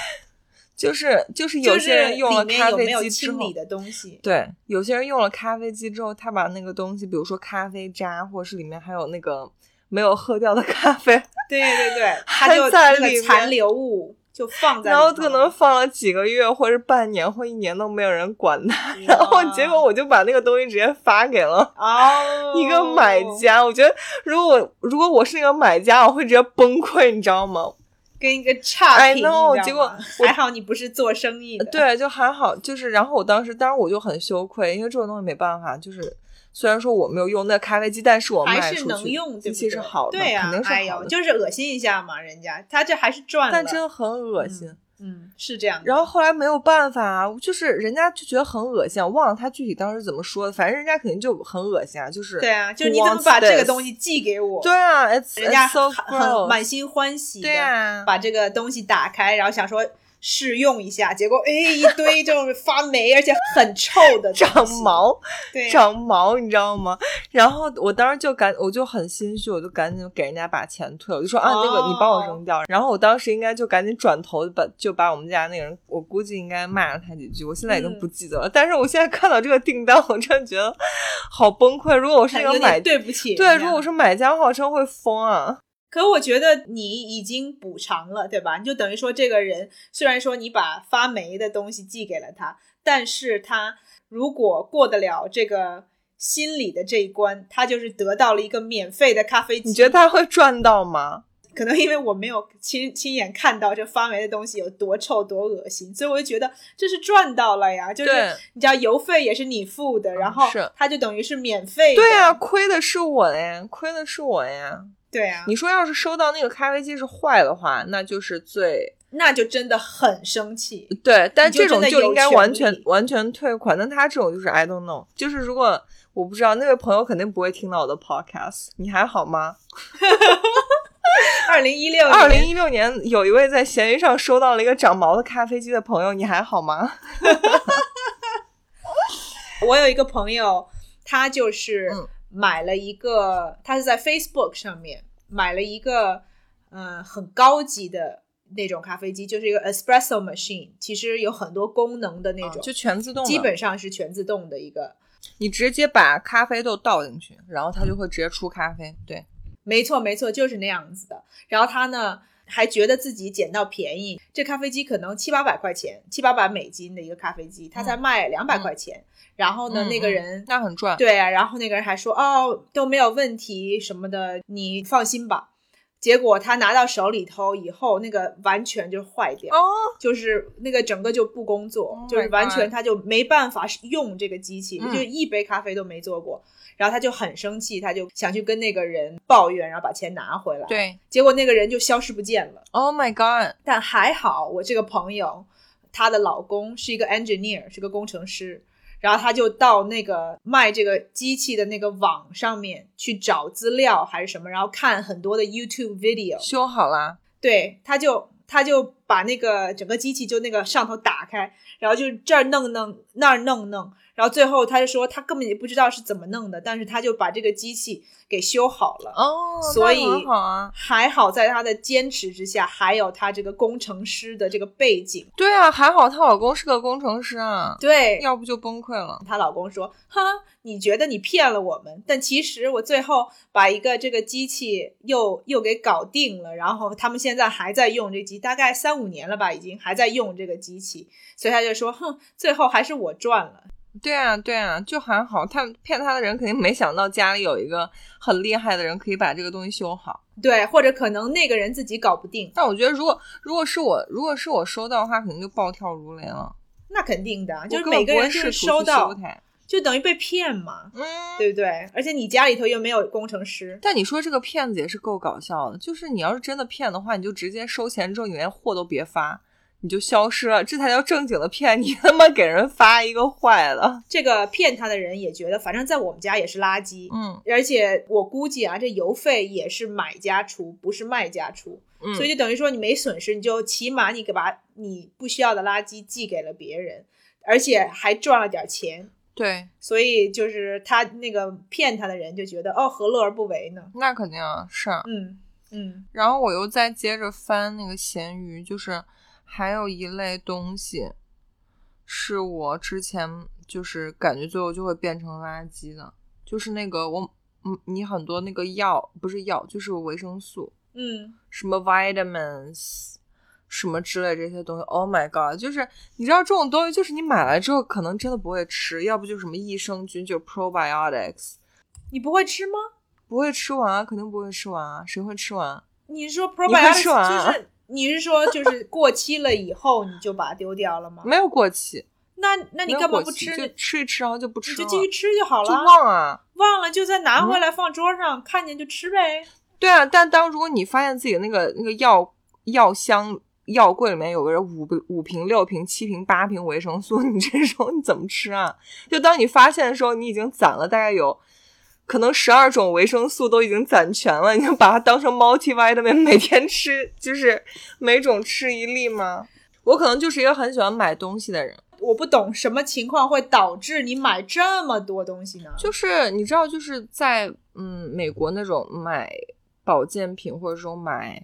就是就是有些人用了咖啡有没机有之清后，理的东西？对，有些人用了咖啡机之后，他把那个东西，比如说咖啡渣，或者是里面还有那个没有喝掉的咖啡， 对对对， 它还就在里那个面残留物就放在里然头，后可能放了几个月，或者半年或一年都没有人管它， 然后结果我我就把那个东西直接发给了。哦一个买，家，我觉得如果我如果我是那个买家，我会直接崩溃，你知道 吗？跟一个差评 I 你知道 know，吗结果我呃还好你不是做生意的，，对，就还好，就是然后我当时，当然我就很羞愧，因为这种东西没办法，就是虽然说我没有用那咖啡机，但是我卖还出去是能用，机对不器对？是好的，对呀、肯定哎是好呦，的，就是恶心一下嘛，人家他这还是赚了，但真的很恶心。嗯是这样的，然后后来没有办法，啊就是人家就觉得很恶心，我忘了他具体当时怎么说的，反正人家肯定就很恶心啊，就是对啊，就是 who 你怎么 wants 把这个 this？东西寄给我？对啊，it's 人家 it's so 很很 gross，满心欢喜的，对啊，把这个东西打开，然后想说试用一下，结果哎一堆这种发霉而且很臭的长东西，毛，对，长毛，你知道吗？然后我当时就赶，我就很心虚，我就赶紧给人家把钱退了，我就说啊，那个你帮哦我扔掉。然后我当时应该就赶紧转头把就把我们家那个人，我估计应该骂了他几句，我现在嗯已经不记得了。但是我现在看到这个订单，我真的觉得好崩溃。如果我是一有个点买对不起人家。对，如果我是买家的话，我真会疯嗯啊！可我觉得你已经补偿了，对吧？你就等于说，这个人虽然说你把发霉的东西寄给了他，但是他如果过得了这个心理的这一关，他就是得到了一个免费的咖啡机。你觉得他会赚到吗？可能因为我没有亲亲眼看到这发霉的东西有多臭多恶心，所以我就觉得这是赚到了呀。就是对你知道邮费也是你付的，然后是他就等于是免费的。对啊呀、亏的是我呀，亏的是我呀！对啊，你说要是收到那个咖啡机是坏的话，那就是最那就真的很生气。对，但你就这种真的就有应该权完全利完全退款。但他这种就是 I don't know，就是如果我不知道那位朋友肯定不会听到我的 podcast。你还好吗？二零一六，二零一六年有一位在闲鱼上收到了一个长毛的咖啡机的朋友，你还好吗？我有一个朋友，他就是嗯买了一个，他是在 Facebook 上面买了一个，呃，很高级的那种咖啡机，就是一个 espresso machine，其实有很多功能的那种，啊就全自动的，基本上是全自动的一个。你直接把咖啡豆倒进去，然后它就会直接出咖啡。对，没错，没错，就是那样子的。然后他呢，还觉得自己捡到便宜，这咖啡机可能七八百块钱，七八百美金的一个咖啡机，他才卖两百块钱。然后呢，嗯那个嗯人那很赚。对啊，然后那个人还说哦都没有问题什么的，你放心吧。结果他拿到手里头以后，那个完全就坏掉，哦，就是那个整个就不工作 Oh 就是 my 完全 God 他就没办法用这个机器嗯就是一杯咖啡都没做过。然后他就很生气，他就想去跟那个人抱怨，然后把钱拿回来。，对结果那个人就消失不见了。 ，Oh my God，但还好，我这个朋友，她的老公是一个 engineer，是个工程师，然后他就到那个卖这个机器的那个网上面去找资料还是什么，然后看很多的 YouTube video，修好啦。对，他就他就把那个整个机器就那个上头打开，然后就这儿弄弄那儿弄弄，然后最后他就说他根本也不知道是怎么弄的，但是他就把这个机器给修好了。哦，那所以很好啊。还好，在她的坚持之下，还有她这个工程师的这个背景，对啊，还好她老公是个工程师啊，对，要不就崩溃了。她老公说：“哈，你觉得你骗了我们，但其实我最后把一个这个机器又又给搞定了。然后他们现在还在用这机，大概三五年了吧，已经还在用这个机器。所以她就说：‘哼，最后还是我赚了。对啊，对啊，就还好，他骗他的人肯定没想到家里有一个很厉害的人可以把这个东西修好。’对，或者可能那个人自己搞不定，但我觉得，如果如果是我，如果是我收到的话，肯定就暴跳如雷了。那肯定的，就我是根本每个不人会就试图是去收到修，它就等于被骗嘛，嗯，对不对？而且你家里头又没有工程师，但你说这个骗子也是够搞笑的，就是你要是真的骗的话，你就直接收钱之后，你连货都别发，你就消失了，这才叫正经的骗。你他妈给人发一个坏的，这个骗他的人也觉得，反正在我们家也是垃圾，嗯而且我估计啊，这邮费也是买家出，不是卖家出，嗯，所以就等于说你没损失，你就起码你给把你不需要的垃圾寄给了别人，而且还赚了点钱。对，所以就是他那个骗他的人就觉得，哦，何乐而不为呢？那肯定啊，是啊嗯嗯然后我又再接着翻那个闲鱼，就是还有一类东西，是我之前就是感觉最后就会变成垃圾的，就是那个我嗯，你很多那个药不是药，就是维生素，嗯，什么 vitamins。什么之类这些东西，Oh my god！就是你知道这种东西，就是你买来之后可能真的不会吃，要不就什么益生菌，就是 probiotics，你不会吃吗？不会吃完啊，肯定不会吃完啊，谁会吃完啊？你是说吃完 probiotics 啊就是 你是说就是过期了以后你就把它丢掉了吗？没有过期，那那嗯没你有干嘛过不期吃呢？就吃一吃，然后就不吃你了，就继续吃就好了，就忘啊。忘了就再拿回嗯来放桌上，看见就吃呗。对啊，但当如果你发现自己那个那个药药箱药柜里面有个人五五瓶、六瓶、七瓶、八瓶维生素， 你这时候你怎么吃啊？就当你发现的时候，你已经攒了大概有。可能十二种维生素都已经攒全了， 你就把它当成 multivitamin 每天吃，就是每种吃一粒吗？我可能就是一个很喜欢买东西的人，我不懂什么情况会导致你买这么多东西呢？就是你知道，就是在嗯美国那种买保健品或者说买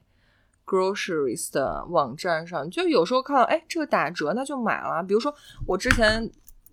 groceries 的网站上，就有时候看到哎这个打折，那就买了。比如说我之前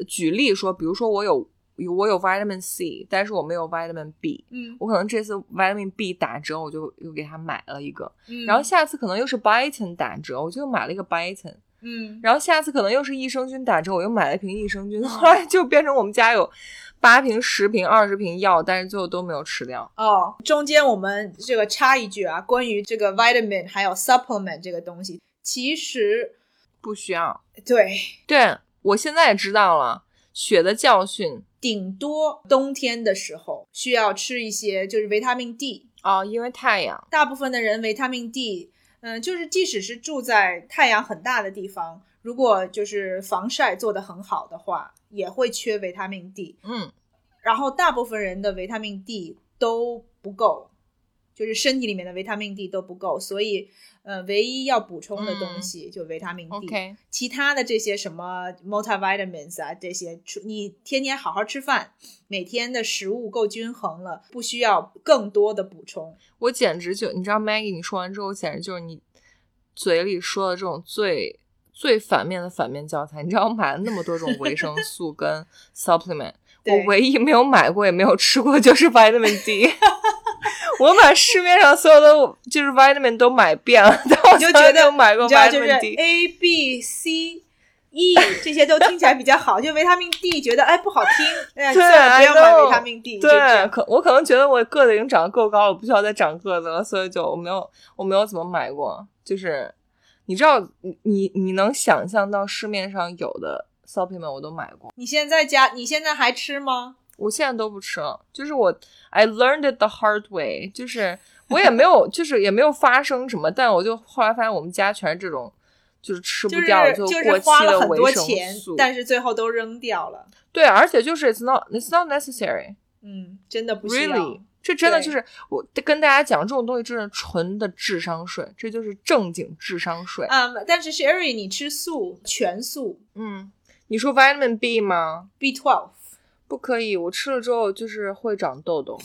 举例说，比如说我有我有 vitamin C，但是我没有 vitamin B，嗯我可能这次 vitamin B 打折，我就又给它买了一个。嗯，然后下次可能又是 biotin 打折，我就又买了一个 biotin。嗯，然后下次可能又是益生菌打折，我又买了一瓶益生菌，后来就变成我们家有八瓶、十瓶、二十瓶药，但是最后都没有吃掉。哦，中间我们这个插一句啊，关于这个 vitamin 还有 supplement 这个东西，其实不需要。对，对我现在也知道了血的教训顶多冬天的时候需要吃一些就是维他命 D，哦，因为太阳。大部分的人维他命 D，嗯，就是即使是住在太阳很大的地方，如果就是防晒做得很好的话，也会缺维他命 D。嗯，然后大部分人的维他命 D 都不够，就是身体里面的维他命 D 都不够，所以呃，唯一要补充的东西就维他命 D。 OK，其他的这些什么 multivitamins 啊，这些除你天天好好吃饭，每天的食物够均衡了，不需要更多的补充。我简直就你知道 Maggie，你说完之后，简直就是你嘴里说的这种最最反面的反面教材。你知道我买了那么多种维 生素跟 supplement，我对唯一没有买过也没有吃过就是 vitamin D。我把市面上所有的就是 vitamin 都买遍了，但我你就从来觉没有得买过你知道，就是 vitamin D。 A B C E 这些都听起来比较好，就 维他命 D 觉得哎不好 听，哎对算了，不 I 要买 know 维他命 D，就这对，样可我可能觉得我个子已经长得够高了，我不需要再长个子了，所以就我没有我没有怎么买过。就是你知道，你你你能想象到市面上有的 supplement 我都买过，你现在家你现在还吃吗？我现在都不吃了。就是我 I learned it the hard way，就是 我也没有，就是也没有发生什么，但我就后来发现我们家全是这种。就是吃不就是掉，就是过花期了的很多维生钱素，，但是最后都扔掉了。对，而且就是 it's not it's not necessary，嗯，真的不需要。 Really，这真的对就是我跟大家讲，这种东西真是纯的智商税，这就是正经智商税。嗯，但是 Sherry，你吃素全素嗯，你说 vitamin B 吗？ B twelve，不可以，我吃了之后就是会长痘痘。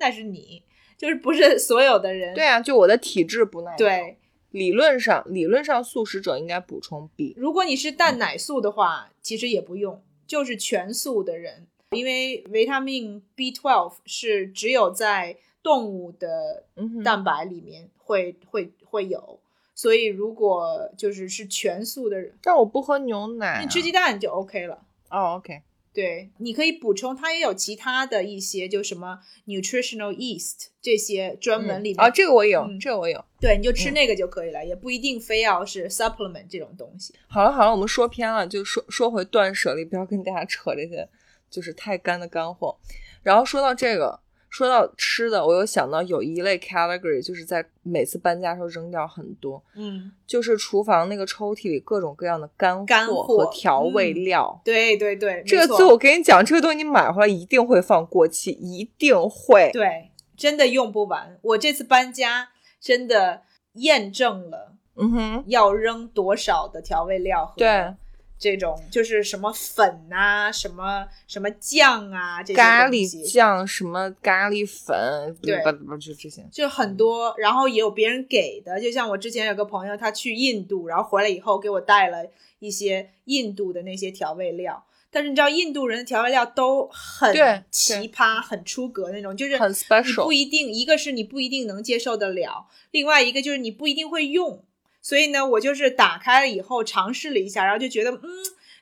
那是你，就是不是所有的人对啊，就我的体质不耐。，对理论上理论上素食者应该补充 B。如果你是蛋奶素的话，其实也不用，就是全素的人，因为维他命 B12 是只有在动物的嗯哼，蛋白里面会、会会有，所以如果就是是全素的人，但我不喝牛奶、啊。你吃鸡蛋就 OK 了。哦，OK，对，你可以补充，它也有其他的一些，就什么 nutritional yeast 这些专门里面、啊，这个我有，嗯这个我有。对，你就吃嗯那个就可以了，也不一定非要是 supplement 这种东西。好了好了，我们说偏了，就说说回断舍离，不要跟大家扯这些就是太干的干货。然后说到这个，说到吃的，我又想到有一类 category，就是在每次搬家的时候扔掉很多，嗯，就是厨房那个抽屉里各种各样的干干货货和调味料。对对对，这没个错字我跟你讲，这个东西你买回来一定会放过期，一定会。对，真的用不完。我这次搬家真的验证了嗯哼，要扔多少的调味料和对，这种就是什么粉啊、什么什么酱啊这些咖东喱西酱、什么咖喱粉，对不不不，就这些。就很多，然后也有别人给的。就像我之前有个朋友，他去印度，然后回来以后给我带了一些印度的那些调味料。但是你知道，印度人的调味料都很对对奇葩、很出格那种，就是很 special 你不一定，一个是你不一定能接受得了，另外一个就是你不一定会用。所以呢，我就是打开了以后尝试了一下，然后就觉得，嗯，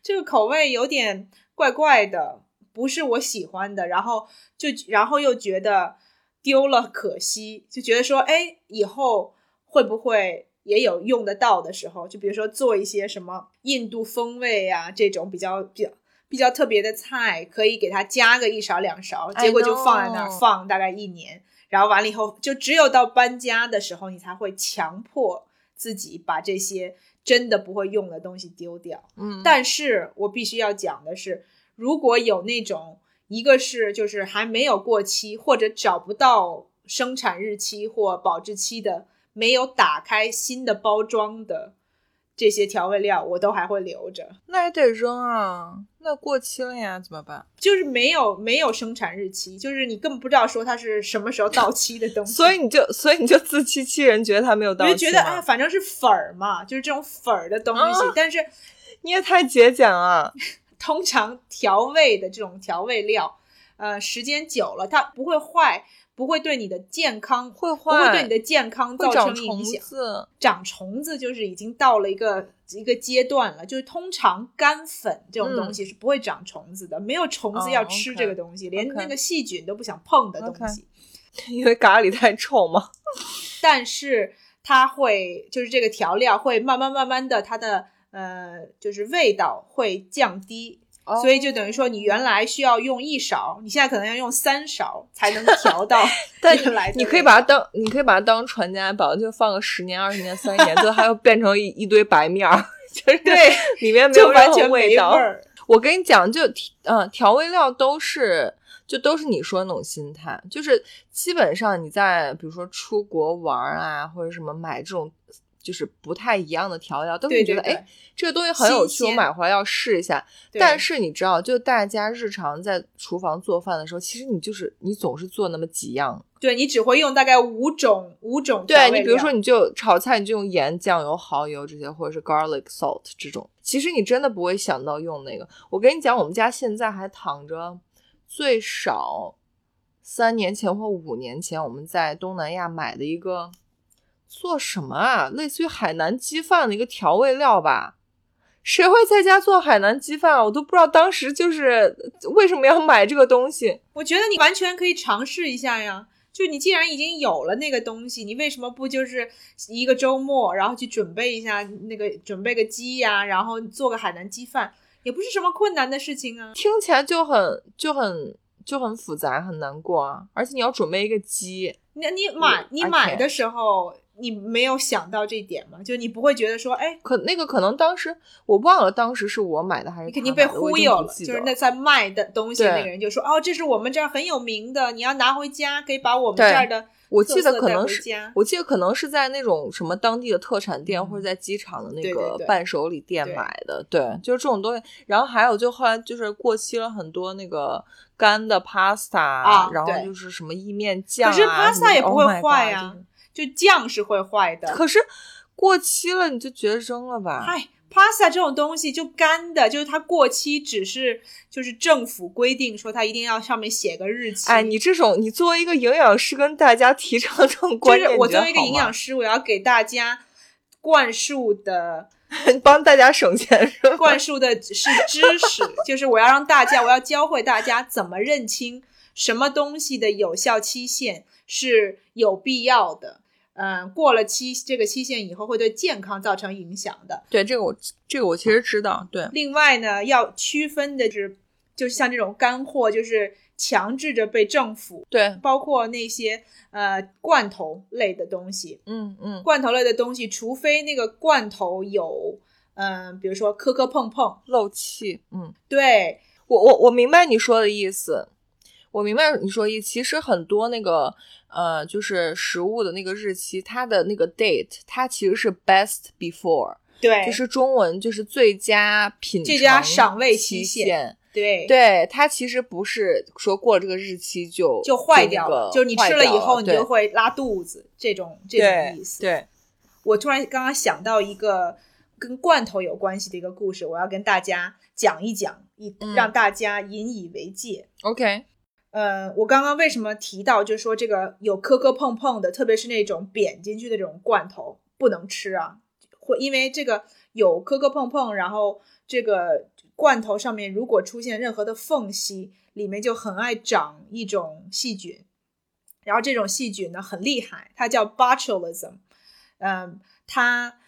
这个口味有点怪怪的，不是我喜欢的，然后就然后又觉得丢了可惜，就觉得说，哎，以后会不会也有用得到的时候？就比如说做一些什么印度风味啊这种比较比较。比较特别的菜，可以给它加个一勺两勺， I 结果就放在那儿 know 放大概一年，然后完了以后，就只有到搬家的时候，你才会强迫自己把这些真的不会用的东西丢掉。嗯，但是我必须要讲的是，如果有那种一个是就是还没有过期或者找不到生产日期或保质期的，没有打开新的包装的这些调味料我都还会留着，那也得扔啊，那过期了呀，怎么办？就是没有没有生产日期，就是你根本不知道说它是什么时候到期的东西。所以你就所以你就自欺欺人，觉得它没有到我期就吗，觉得啊，反正是粉儿嘛，就是这种粉儿的东西。啊但是你也太节俭了。通常调味的这种调味料，呃，时间久了它不会坏，不会对你的健康会不会对坏你的健康会造长成虫影响。子，长虫子就是已经到了一个一个阶段了，就是通常干粉这种东西是不会长虫子的，没有虫哦子要吃，OK，这个东西，连 OK 那个细菌都不想碰的东西。 因为咖喱太臭嘛。但是它会就是这个调料会慢慢慢慢的它的呃就是味道会降低，哦所以就等于说你原来需要用一勺，你现在可能要用三勺才能调到 但原来的你可以味道把它当，你可以把它当传家宝，就放个十年、二十年、三十年，最后它又变成一一堆白面儿， 就是对里面没就有任完何全没道。儿。我跟你讲，就提嗯，调味料都是就都是你说那种心态，就是基本上你在比如说出国玩儿啊，或者什么买这种就是不太一样的调料，都是对你觉得对对哎这个东西很有趣，新我鲜买回来要试一下。对但是你知道，就大家日常在厨房做饭的时候，其实你就是你总是做那么几样。对你只会用大概五种五种调对味你，比如料说你就炒菜，你就用盐、酱油、蚝油这些，或者是 garlic salt 这种。其实你真的不会想到用那个。我跟你讲，我们家现在还躺着最少三年前或五年前我们在东南亚买的一个做什么啊，类似于海南鸡饭的一个调味料吧。谁会在家做海南鸡饭啊？我都不知道当时就是为什么要买这个东西。我觉得你完全可以尝试一下呀。就你既然已经有了那个东西，你为什么不就是一个周末，然后去准备一下那个准备个鸡呀、然后做个海南鸡饭，也不是什么困难的事情啊。听起来就很就很就很复杂，很难过啊！而且你要准备一个鸡，那你买你 I 买 can't 的时候，你没有想到这一点吗？就你不会觉得说，哎，可那个可能当时我忘了，当时是我买的还是你他肯定买被的我忽已经悠不了，记就是得那了在卖的东西的那对个人就说，哦，这是我们这儿很有名的，你要拿回家，可以把我们这对儿的我特记得色可带能回是家我记得可能是在那种什么当地的特产店、嗯或者在机场的那对对个对伴手礼店对买的，对就是这种东西。然后还有就后来就是过期了很多那个干的 pasta，、啊然后对就是什么意面酱、啊，是什 pasta 么也不 Oh 会 my 坏 God，呀就酱是会坏的这。可是过期了你就觉得扔了吧，嗨，pasta 这种东西就干的，就是它过期，只是就是政府规定说它一定要上面写个日期。哎，你这种，你作为一个营养师跟大家提倡这种就观念，是你我觉作得为一个好营吗养师，我要给大家灌输的 帮大家省钱是吧？灌输的是知识， 就是我要让大家，我要教会大家怎么认清什么东西的有效期限是有必要的。嗯，过了期这个期限以后，会对健康造成影响的。对，这个我这个我其实知道，对，另外呢，要区分的是，就是像这种干货，就是强制着被政府， 对，包括那些呃罐头类的东西，嗯嗯，罐头类的东西，除非那个罐头有，嗯、比如说磕磕碰碰，漏气，嗯，对我我我明白你说的意思，我明白你说的意思。其实很多那个呃，就是食物的那个日期，它的那个 date，它其实是 best before，对，就是中文就是最佳品最佳尝赏味期期限限对对，它其实不是说过了这个日期就就坏掉了，就就那你个吃了以后坏你掉就会拉肚子，这种这对种意思。对，我突然刚刚想到一个跟罐头有关系的一个故事，我要跟大家讲一讲，以嗯让大家引以为戒。 o k 呃，我刚刚为什么提到，就是说这个有磕磕碰碰的，特别是那种扁进去的这种罐头不能吃啊，会因为这个有磕磕碰碰，然后这个罐头上面如果出现任何的缝隙，里面就很爱长一种细菌，然后这种细菌呢很厉害，它叫 botulism，嗯，它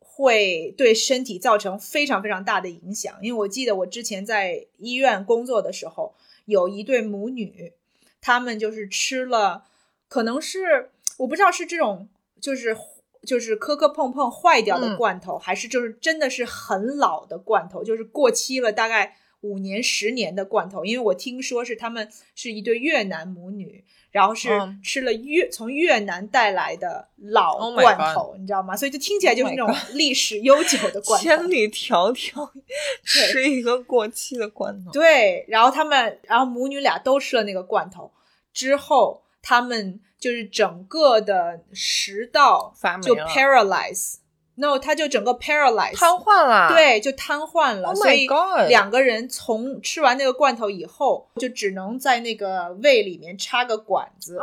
会对身体造成非常非常大的影响。因为我记得我之前在医院工作的时候，有一对母女，她们就是吃了，可能是我不知道是这种就是。就是磕磕碰碰坏掉的嗯罐头，还是就是真的是很老的罐头，就是过期了大概五年、十年的罐头，因为我听说是他们是一对越南母女，然后是嗯吃了越从越南带来的老 Oh my 罐头你知道吗？所以就听起来就是那种 Oh my 历史悠久的罐头。千里迢迢吃一个过期的罐头，对，然后他们，然后母女俩都吃了那个罐头之后，他们就是整个的食道发霉就了 paralyze。no，他就整个 paralyze，瘫痪了。，对，就瘫痪了。 Oh my 所以 God 两个人从吃完那个罐头以后，就只能在那个胃里面插个管哦子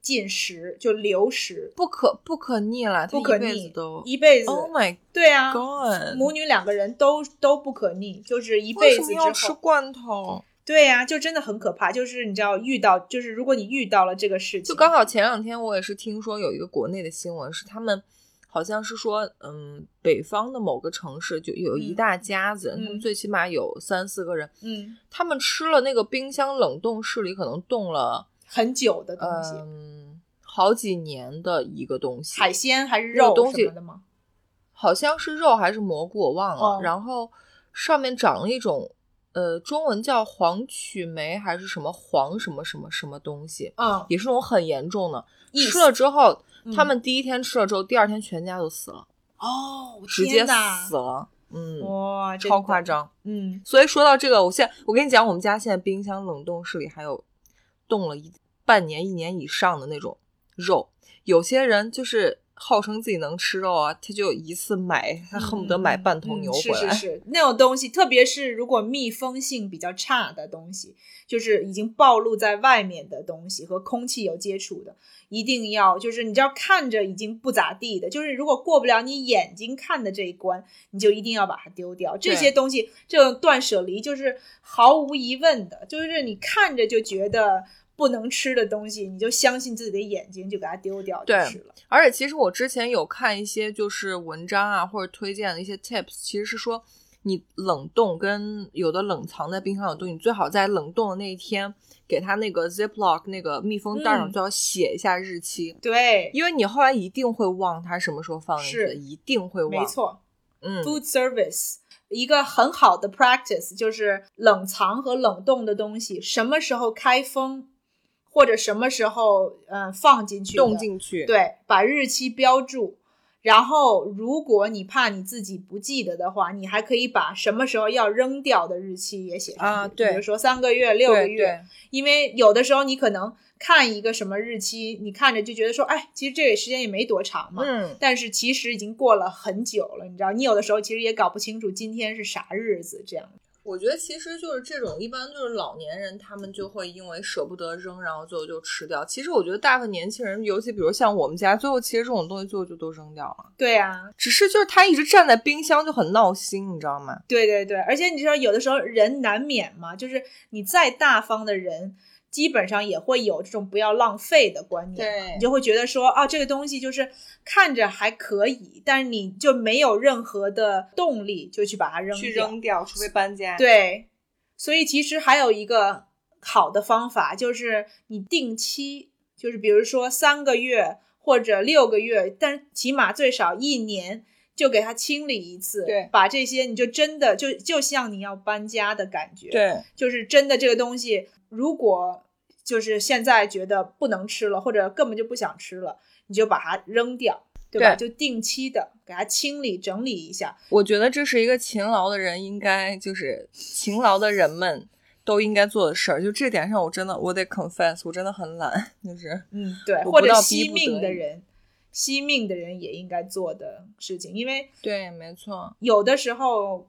进食，就流食，不可不可逆了，不可他一辈逆子都。一辈子。 Oh my 对啊， god！母女两个人都都不可逆，就是一为辈什么子之要吃后。罐头？对呀、就真的很可怕。就是你知道，遇到就是如果你遇到了这个事情，就刚好前两天我也是听说有一个国内的新闻，是他们好像是说，嗯，北方的某个城市就有一嗯大家子人，他嗯们最起码有三四个人，嗯他们吃了那个冰箱冷冻室里可能冻了，很久的东西，嗯，好几年的一个东西，海鲜还那是个肉东什西么的吗？好像是肉还是蘑菇，我忘了。哦然后上面长了一种，呃，中文叫黄曲霉还是什么黄什么什么什么东西，嗯，也是那种很严重的。意吃思了之后，嗯他们第一天吃了之后，第二天全家都死了，哦，直接天哪死了。嗯，哇，真超的夸。张。嗯，所以说到这个，我现在我跟你讲，我们家现在冰箱冷冻室里还有冻了一半年、一年以上的那种肉。有些人就是号称自己能吃肉啊，他就一次买，他恨不得买半桶牛回来。嗯嗯嗯是是是，那种东西，特别是如果密封性比较差的东西，就是已经暴露在外面的东西和空气有接触的，一定要就是你只要看着已经不咋地的，就是如果过不了你眼睛看的这一关，你就一定要把它丢掉。这对些东西，这种断舍离就是毫无疑问的，就是你看着就觉得。不能吃的东西，你就相信自己的眼睛，就给它丢掉就对是了。 而且其实我之前有看一些就是文章啊，或者推荐的一些 tips，其实是说你冷冻跟有的冷藏在冰箱的东西，你最好在冷冻的那一天给它那个 ziploc 那个密封袋上嗯最好写一下日期，对，因为你后来一定会忘它什么时候放进去，是一定会忘。没，错，嗯， food service。一个很好的 practice 就是冷藏和冷冻的东西，什么时候开封，或者什么时候呃放进去的，冻进去。，对，把日期标注。然后，如果你怕你自己不记得的话，你还可以把什么时候要扔掉的日期也写上去，啊对比如说三个月、六个对月，对，因为有的时候你可能看一个什么日期，你看着就觉得说，哎，其实这个时间也没多长嘛，嗯，但是其实已经过了很久了，你知道，你有的时候其实也搞不清楚今天是啥日子，这样。我觉得其实就是这种，一般就是老年人他们就会因为舍不得扔，然后最后就吃掉。其实我觉得大部分年轻人，尤其比如像我们家，最后其实这种东西最后就都扔掉了。对啊，只是就是它一直站在冰箱就很闹心，你知道吗？对对对，而且你知道，有的时候人难免嘛，就是你再大方的人，基本上也会有这种不要浪费的观念嘛，对你就会觉得说，啊，这个东西就是看着还可以，但是你就没有任何的动力就去把它扔掉。掉，除非搬家。对，所以其实还有一个好的方法，就是你定期，就是比如说三个月或者六个月，但是起码最少一年。就给它清理一次，对把这些你就真的就就像你要搬家的感觉，，对就是真的这个东西，如果就是现在觉得不能吃了，或者根本就不想吃了，你就把它扔掉，对吧？就定期的给它清理整理一下，我觉得这是一个勤劳的人应该就是勤劳的人们都应该做的事儿。就这点上，我真的我得 confess，我真的很懒，就是嗯，对，我或不者到逼惜不命得的已人，惜命的人也应该做的事情，因为对，没错。有的时候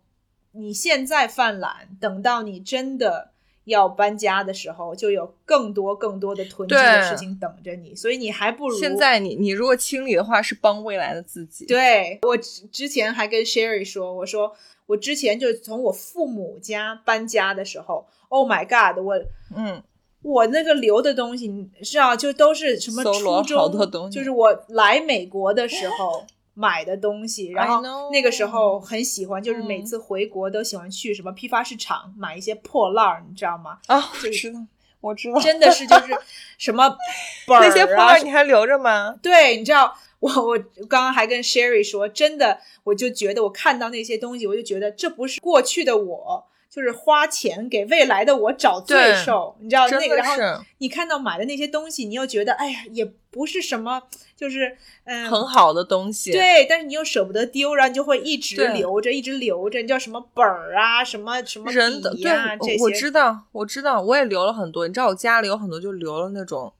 你现在犯懒，等到你真的要搬家的时候，就有更多更多的囤积的对事情等着你，所以你还不如现。在你你如果清理的话，是帮未来的自己。对我之之前还跟 Sherry 说，我说我之前就是从我父母家搬家的时候，Oh my God，我嗯，我那个留的东西，你知道，就都是什么搜罗初中，好多东西就是我来美国的时候买的 东西，然 I 后 know 那个时候很喜欢，就是嗯每次回国都喜欢去什么批发市场买一些破烂儿，你知道吗？啊，我知道，我知道。真的是就是什 么本儿啊，那些破烂你还留着吗？对，你知道，我我刚刚还跟 Sherry 说，真的，我就觉得我看到那些东西，我就觉得这不是过去的我，就是花钱给未来的我找罪对受，你知道真那个，的然后是你看到买的那些东西，你又觉得哎呀，也不是什么，就是嗯，很好的东西，对，但是你又舍不得丢，然后你就会一直对留着，一直留着。你叫什么本儿啊，什么什么人的笔呀、这对些我，我知道，我知道，我也留了很多。你知道，我家里有很多就留了那种，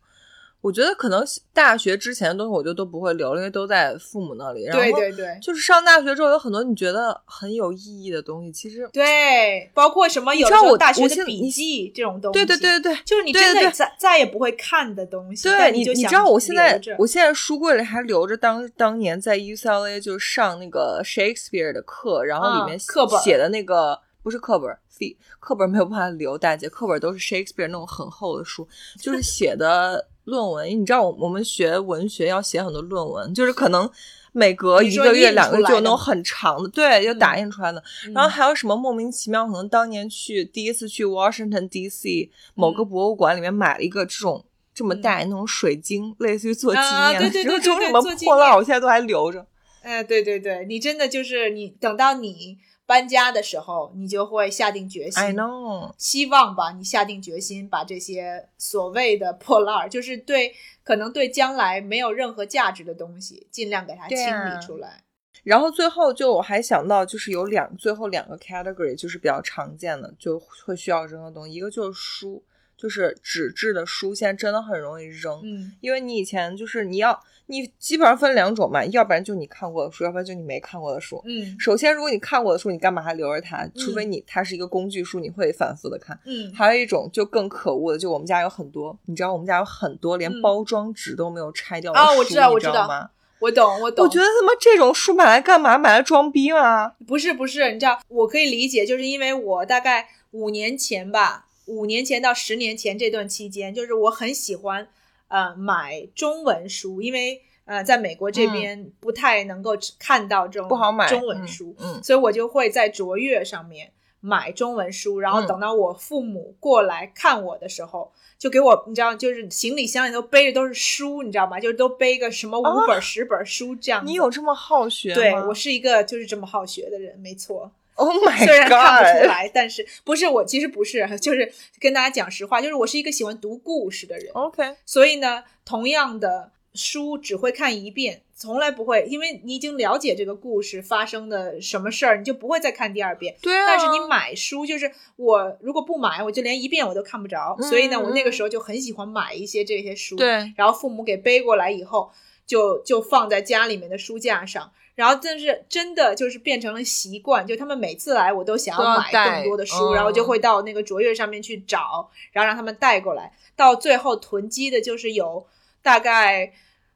我觉得可能大学之前的东西我就都不会留了，因为都在父母那里。然后对对对就是上大学之后，有很多你觉得很有意义的东西，其实对，包括什么有知时道候我大学我的现笔你记这种东西，对对对对对。就是你对真对的对再再也不会看的东西，对但你，就你想知道我现在留着我现在书柜里还留着当当年在 UCLA 就上那个 Shakespeare 的课，然后啊里面课本儿写的那个、不是课本儿，是课本儿没有办法留，大姐课本儿都是 Shakespeare 那种很厚的书，就是写的论文。因为你知道我我们学文学要写很多论文，就是可能每隔你一说个月印两个出月就有来那的种很长的，对，就打嗯印出来的。嗯然后还有什么莫名其妙，可能当年去第一次去 Washington D.C. 某个嗯博物馆里面买了一个这种这么大的那种水晶，类似于做纪啊念对的，对这种对这种对什对么做纪破烂儿，念我现在都还留着。哎，对对对，你真的就是你等到你搬家的时候，你就会下定决心。 I know，希望吧，你下定决心把这些所谓的破烂儿， 就是对可能对将来没有任何价值的东西，尽量给它对清啊理出来。然后最后就我还想到，就是有两最后两个 category 就是比较常见的，就会需要扔的东西，一个就是书，就是纸质的书，现在真的很容易扔。嗯，因为你以前就是你要，你基本上分两种嘛，要不然就你看过的书，要不然就你没看过的书。嗯首先，如果你看过的书，你干嘛还留着它？除非你它是一个工具书，你会反复的看。嗯，还有一种就更可恶的，就我们家有很多，你知道我们家有很多连嗯包装纸都没有拆掉的啊书我知道你我知知道道吗？我懂，我懂。我觉得他妈这种书买来干嘛？买来装逼啊吗？不是不是，你知道，我可以理解，就是因为我大概五年前吧，五年前到十年前这段期间，就是我很喜欢呃买中文书，因为呃在美国这边不太能够只看到这种嗯不好买中文嗯书，嗯所以我就会在卓越上面买中文书，然后嗯等到我父母过来看我的时候。就给我，你知道，就是行李箱里头背着都是书，你知道吗？就是都背个什么五本、十本书这样子。哦你有这么好学吗？对我是一个就是这么好学的人，没错。 ，Oh my 虽然看不出 god！来，但是不是我其实不是， 就是跟大家讲实话，就是我是一个喜欢读故事的人， OK，所以呢，同样的书只会看一遍，从来不会，因为你已经了解这个故事发生的什么事儿，你就不会再看第二遍。对啊，但是你买书，就是我如果不买，我就连一遍我都看不着，所以呢，嗯我那个时候就很喜欢买一些这些书，对然后父母给背过来以后，就就放在家里面的书架上。然后，但是真的就是变成了习惯，就他们每次来，我都想都要买带更多的书，嗯然后就会到那个卓越上面去找，然后让他们带过来。到最后囤积的就是有大概，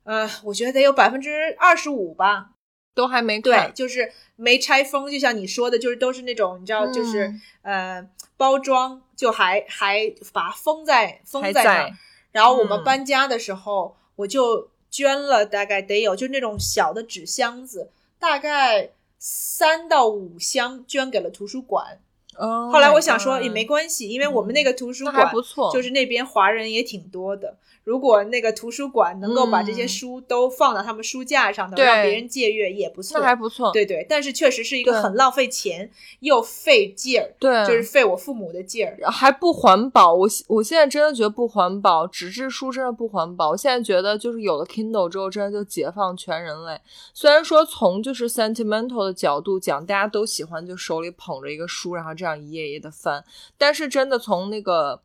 呃，我觉得得有百分之二十五吧，都还没对看，，就是没拆封，就像你说的，就是都是那种你知道，就是、嗯呃包装就还还把它封在封还在那儿。然后我们嗯搬家的时候，我就捐了大概得有就是那种小的纸箱子，大概三到五箱捐给了图书馆。后后来我想说也没关系，因为我们嗯那个图书 Oh 那馆还不错，就是那边华人也挺多的。如果那个图书馆能够把这些嗯书都放到他们书架上头，对让别人借阅也不错。那还不错，对对，但是确实是一对嗯个很浪费钱又费劲儿，对，就是费我父母的劲儿。还不环保，我现我现在真的觉得不环保，纸质书真的不环保。我现在觉得就是有了 Kindle 之后，真的就解放全人类。虽然说从就是 sentimental 的角度讲，大家都喜欢就手里捧着一个书，然后这样一页一页的翻，但是真的从那个。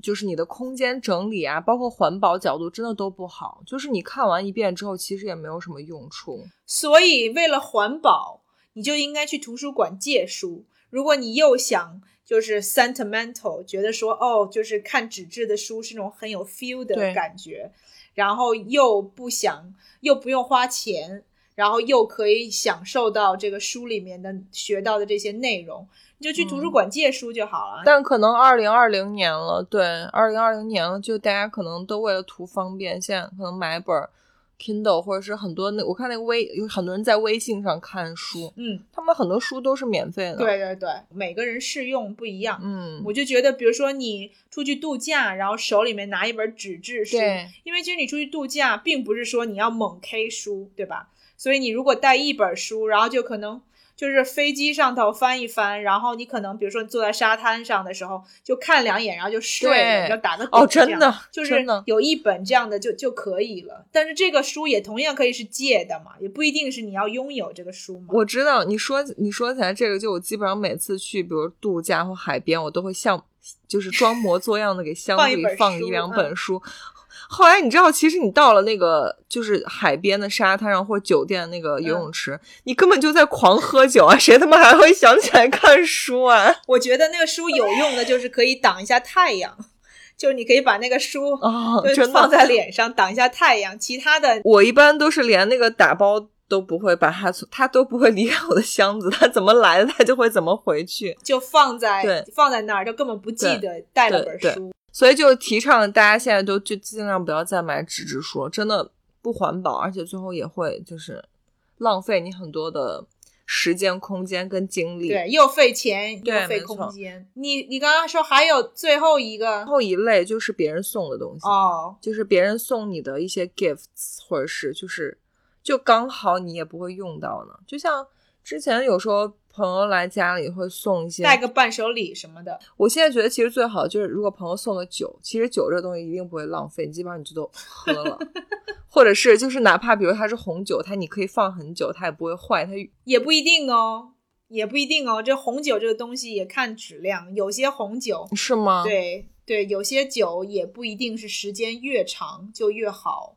就是你的空间整理啊，包括环保角度，真的都不好。就是你看完一遍之后，其实也没有什么用处。所以为了环保，你就应该去图书馆借书。如果你又想就是 sentimental，觉得说哦，就是看纸质的书是那种很有 feel 对的感觉，然后又不想又不用花钱，然后又可以享受到这个书里面的学到的这些内容，你就去图嗯书馆借书就好了。但可能二零二零年了，对，二零二零年了，就大家可能都为了图方便，现在可能买本儿 Kindle 或者是很多那我看那个微有很多人在微信上看书，嗯，他们很多书都是免费的。，对对对，每个人适用不一样。嗯，我就觉得，比如说你出去度假，然后手里面拿一本纸质书，对因为其实你出去度假，并不是说你要猛 K 书，对吧？所以你如果带一本书，然后就可能就是飞机上头翻一翻，然后你可能比如说你坐在沙滩上的时候，就看两眼，然后就睡了，对就打个盹哦，这样真的，就是真的，有一本这样的就就可以了。但是这个书也同样可以是借的嘛，也不一定是你要拥有这个书嘛。我知道你说你说起来这个，就我基本上每次去，比如度假或海边，我都会像就是装模作样的给箱放子一里本放书一两嗯本书。后来你知道，其实你到了那个就是海边的沙滩上或者酒店那个游嗯泳池，你根本就在狂喝酒啊！谁他妈还会想起来看书啊？ 我觉得那个书有用的就是可以挡一下太阳， 就是你可以把那个书哦，就是真放的，在脸上挡一下太阳，其他的我一般都是连那个打包都不会把它从，它都不会离开我的箱子，它怎么来的，它就会怎么回去。就放在对放在那儿，就根本不记得带了本对书。所以就提倡大家现在都就尽量不要再买纸质书了，真的不环保，而且最后也会就是浪费你很多的时间、空间跟精力。对，又费钱又对费没错空间。你你刚刚说还有最后一个然后一类就是别人送的东西，哦，就是别人送你的一些 gifts，或者是就是就刚好你也不会用到呢。就像之前有时候朋友来家里会送一些带个伴手礼什么的，我现在觉得其实最好就是，如果朋友送了酒，其实酒这东西一定不会浪费，你基本上你就都喝 了，或者是就是哪怕比如它是红酒，它你可以放很久，它也不会坏，它也不一定哦，也不一定哦。这红酒这个东西也看质量，有些红酒，是吗？，对对，有些酒也不一定是时间越长就越好。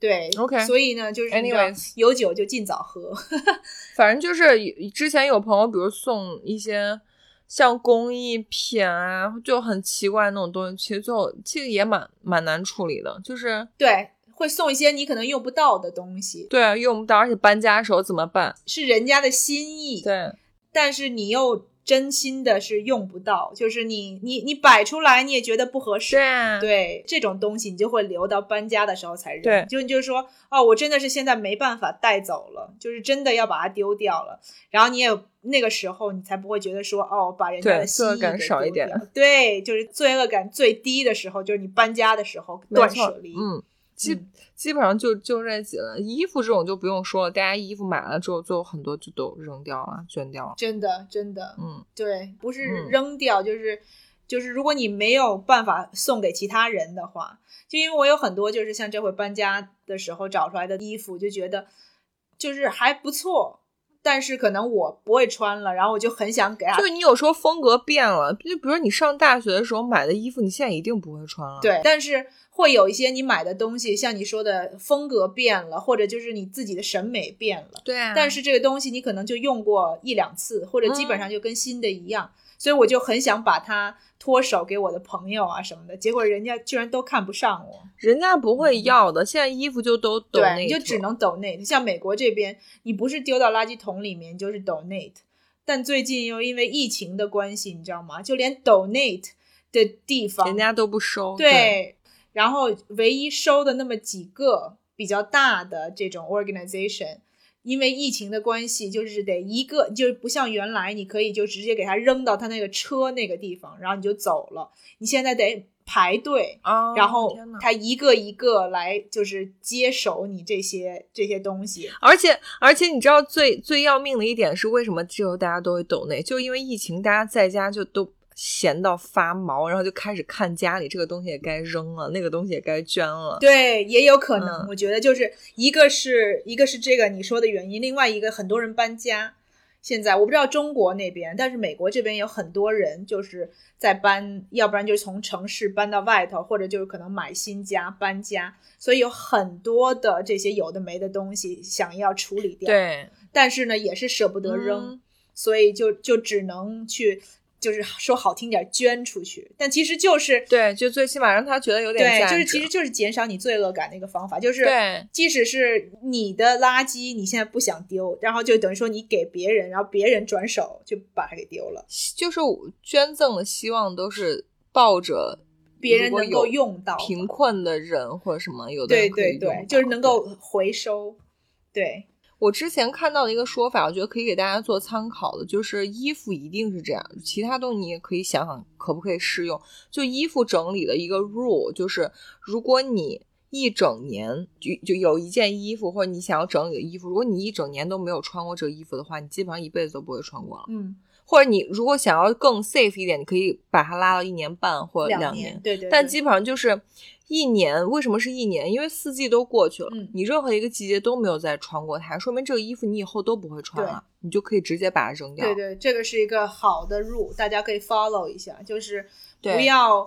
对 OK 所以呢，就是你知道 Anyways 有酒就尽早喝。 反正就是有之前有朋友，比如送一些像工艺品啊，就很奇怪那种东西，其实最后其实也蛮蛮难处理的，就是对，会送一些你可能用不到的东西，对啊，用不到，而且搬家的时候怎么办？是人家的心意，对，但是你又真心的是用不到，就是你你你摆出来你也觉得不合适，啊，对这种东西，你就会留到搬家的时候才扔。对就你就说，哦，我真的是现在没办法带走了，就是真的要把它丢掉了。然后你也那个时候，你才不会觉得说，哦，把人家对的心罪恶意感给少丢一点掉。对，就是罪恶感最低的时候，就是你搬家的时候没断错舍离。嗯，基嗯基本上就就这几了。衣服这种就不用说了，大家衣服买了之后，最后很多就都扔掉了、捐掉了。真的，真的，嗯，对，不是嗯扔掉，就是就是，如果你没有办法送给其他人的话，就因为我有很多就是像这回搬家的时候找出来的衣服，就觉得就是还不错，但是可能我不会穿了，然后我就很想给他就你有时候风格变了，就比如你上大学的时候买的衣服，你现在一定不会穿了。，对，但是会有一些你买的东西，像你说的风格变了，或者就是你自己的审美变了。对啊。但是这个东西你可能就用过一两次，或者基本上就跟新的一样，所以我就很想把它脱手给我的朋友啊什么的，结果人家居然都看不上我，人家不会要的，现在衣服就都抖嗯对，那你就只能 donate。像美国这边，你不是丢到垃圾桶里面，就是 donate。但最近又因为疫情的关系，你知道吗？就连 donate 的地方，人家都不收。对，对，然后唯一收的那么几个比较大的这种 organization，因为疫情的关系，就是得一个，就是不像原来你可以就直接给它扔到他那个车那个地方，然后你就走了。你现在得排队，哦然后天呐他一个一个来就是接手你这些这些东西。而且而且你知道最最要命的一点是为什么之后大家都会抖内？就因为疫情，大家在家就都闲到发毛，然后就开始看家里这个东西也该扔了，那个东西也该捐了。对，也有可能，嗯我觉得就是一个是一个是这个你说的原因，另外一个很多人搬家。现在我不知道中国那边，但是美国这边有很多人就是在搬，要不然就是从城市搬到外头，或者就是可能买新家搬家，所以有很多的这些有的没的东西想要处理掉，对，但是呢也是舍不得扔，嗯所以就就只能去，就是说好听点捐出去，但其实就是对，就最起码让他觉得有点对，价值。就是其实就是减少你罪恶感的一个方法，就是对即使是你的垃圾，你现在不想丢，然后就等于说你给别人，然后别人转手就把它给丢了，就是捐赠的希望都是抱着别人如果能够有用到嘛，贫困的人或者什么，有的对人可以对用对到，就是能够回收，对我之前看到的一个说法，我觉得可以给大家做参考的，就是衣服一定是这样，其他东西你也可以想想可不可以适用。就衣服整理的一个 rule，就是如果你一整年就就有一件衣服，或者你想要整理的衣服，如果你一整年都没有穿过这个衣服的话，你基本上一辈子都不会穿过了。嗯，或者你如果想要更 safe 一点，你可以把它拉到一年半或两年。对对，但对基本上就是一年，为什么是一年？因为四季都过去了，嗯你任何一个季节都没有再穿过它，说明这个衣服你以后都不会穿对了，你就可以直接把它扔掉。对对，这个是一个好的 rule，大家可以 follow 一下，就是不对要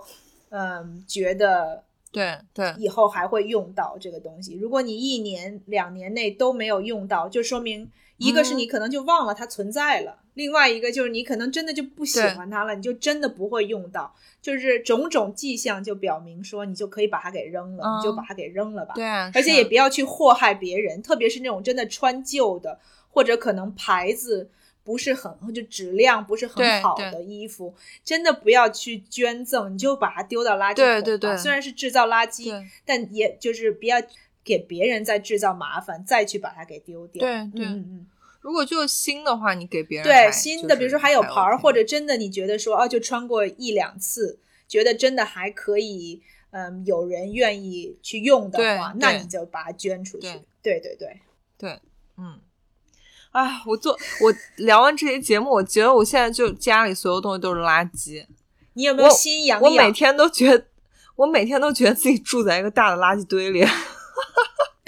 嗯觉得对对以后还会用到这个东西。如果你一年、两年内都没有用到，就说明一个是嗯你可能就忘了它存在了，另外一个就是你可能真的就不喜欢它了，你就真的不会用到。就是种种迹象就表明说，你就可以把它给扔了，嗯你就把它给扔了吧。对啊！而是且啊也不要去祸害别人，特别是那种真的穿旧的，或者可能牌子不是很，或者质量不是对很好对的衣服，真的不要去捐赠，你就把它丢到垃圾桶对吧。对对虽然是制造垃圾，对但也就是不要给别人再制造麻烦，再去把它给丢掉。对对嗯嗯嗯。如果就新的话，你给别人对买新就的，是比如说还有牌儿， OK 或者真的你觉得说哦，就穿过一两次，觉得真的还可以，嗯，有人愿意去用的对话，那对你就把它捐出去对。对对对，嗯。哎，我做我聊完这些节目，我觉得我现在就家里所有东西都是垃圾，你有没有我心痒我每痒？天都觉得，我每天都觉得自己住在一个大的垃圾堆里。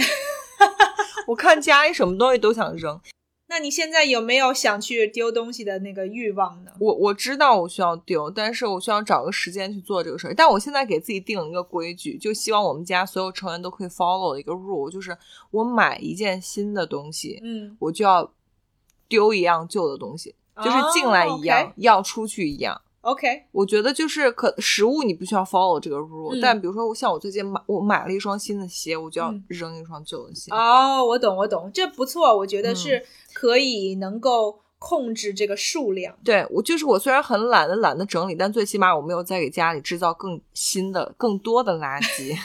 我看家里什么东西都想扔，那你现在有没有想去丢东西的那个欲望呢？我我知道我需要丢，但是我需要找个时间去做这个事儿。但我现在给自己定了一个规矩，就希望我们家所有成员都可以 follow 的一个 rule，就是我买一件新的东西，嗯，我就要丢一样旧的东西，就是进来一样，哦要出去一样。 ，OK，OK。我觉得就是可食物你不需要 follow 这个 rule，、嗯但比如说我像我最近买我买了一双新的鞋，我就要嗯扔一双旧的鞋。哦，我懂，我懂，这不错，我觉得是可以能够控制这个数量。对我就是我虽然很懒得懒得整理，但最起码我没有再给家里制造更新的更多的垃 圾。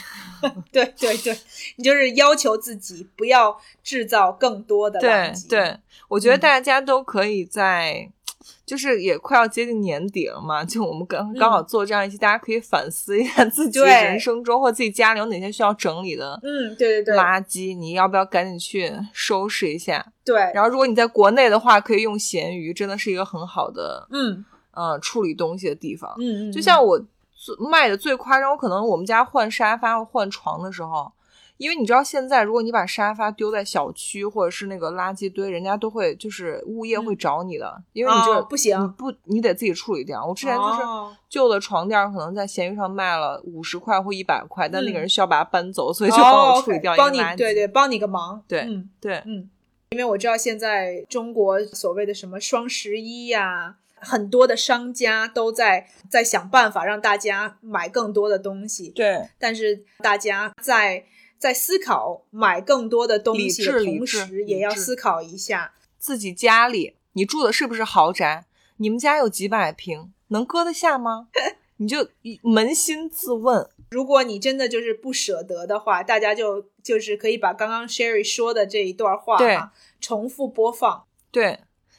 对对对，你就是要求自己不要制造更多的对垃圾。对，我觉得嗯大家都可以在。就是也快要接近年底了嘛，就我们刚刚好做这样一期，大家可以反思一 下自己嗯对人生中或自己家里有哪些需要整理的嗯，对对对垃圾，你要不要赶紧去收拾一下？对，然后，如果你在国内的话，可以用闲鱼，真的是一个很好的嗯呃处理东西的地方。嗯嗯，就像我最卖的最夸张，我可能我们家换沙发或换床的时候，因为你知道现在，如果你把沙发丢在小区或者是那个垃圾堆，人家都会就是物业会找你的，因为你这、嗯哦不行你不你得自己处理掉。我之前就是哦旧的床垫，可能在闲鱼上卖了五十块或一百块，但那个嗯人需要把它搬走，所以就帮哦我处理 OK，掉一个帮你垃圾。对对帮你个忙。对嗯对嗯，因为我知道现在中国所谓的什么双十一呀、很多的商家都在在想办法让大家买更多的东西。对但是大家在在思考买更多的东西的理智理同智时，也理要智思考一下，自己家里，你住的是不是豪宅？你们家有几百平，能搁得下吗？ 你就扪心自问，如果你真的就是不舍得的话，大家就就是可以把刚刚 Sherry 说的这一段话对哈重复播放。对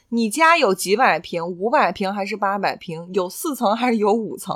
你家有几百平，五百平还是八百平？有四层还是有五层？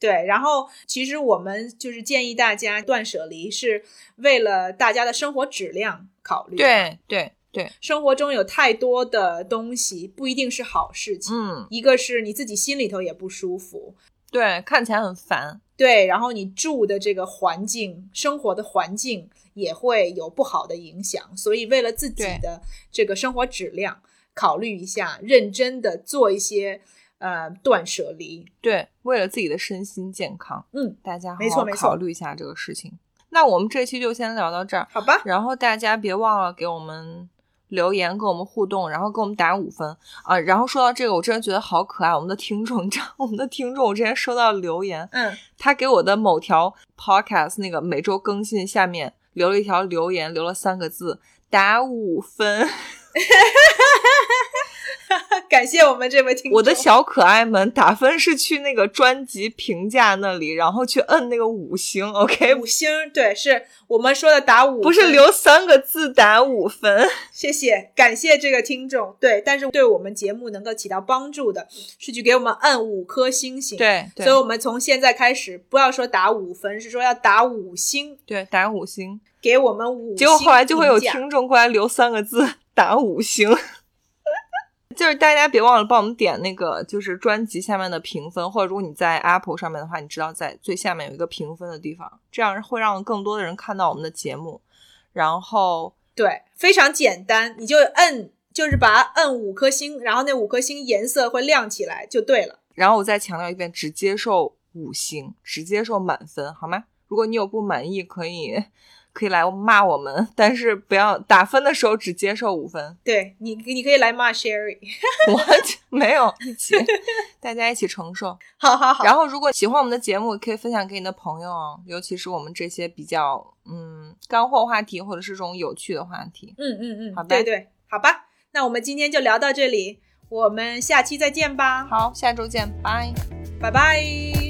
对，然后其实我们就是建议大家断舍离，是为了大家的生活质量考虑。，对对对，生活中有太多的东西，不一定是好事情。嗯，一个是你自己心里头也不舒服，对，看起来很烦，对，然后你住的这个环境、生活的环境也会有不好的影响，所以为了自己对的这个生活质量，考虑一下，认真的做一些呃断舍离。对，为了自己的身心健康，嗯，大家好没错好没错考虑一下这个事情。那我们这期就先聊到这儿。好吧，然后大家别忘了给我们留言，跟我们互动，然后给我们打五分啊。然后说到这个，我真的觉得好可爱，我们的听众，你知道我们的听众，我之前收到留言，嗯， 他给我的某条 podcast 那个每周更新下面留了一条留言，留了三个字打五分。感谢我们这位听众。我的小可爱们打分是去那个专辑评价那里，然后去摁那个五星，OK？五星，对，是我们说的打五，不是留三个字打五分。谢谢，感谢这个听众。对，但是对我们节目能够起到帮助的，是去给我们摁五颗星星。对，所以我们从现在开始，不要说打五分，是说要打五星，对，打五星，给我们五星。结果后来就会有听众过来留三个字打五 星。就是大家别忘了帮我们点那个，就是专辑下面的评分，或者如果你在 Apple 上面的话，你知道在最下面有一个评分的地方，这样会让更多的人看到我们的节目。然后对，非常简单，你就摁，就是把它摁五颗星，然后那五颗星颜色会亮起来就对了。然后我再强调一遍，只接受五星，只接受满分，好吗？如果你有不满意，可以。可以来骂我们，但是不要打分的时候只接受五分。 对你，你可以来骂 Sherry。 我没有一起，大家一起承受。好好好。然后，如果喜欢我们的节目，可以分享给你的朋友哦，尤其是我们这些比较嗯干货话题，或者是这种有趣的话题。嗯嗯嗯，好吧，对对，好吧。那我们今天就聊到这里，我们下期再见吧。好，下周见，拜拜拜。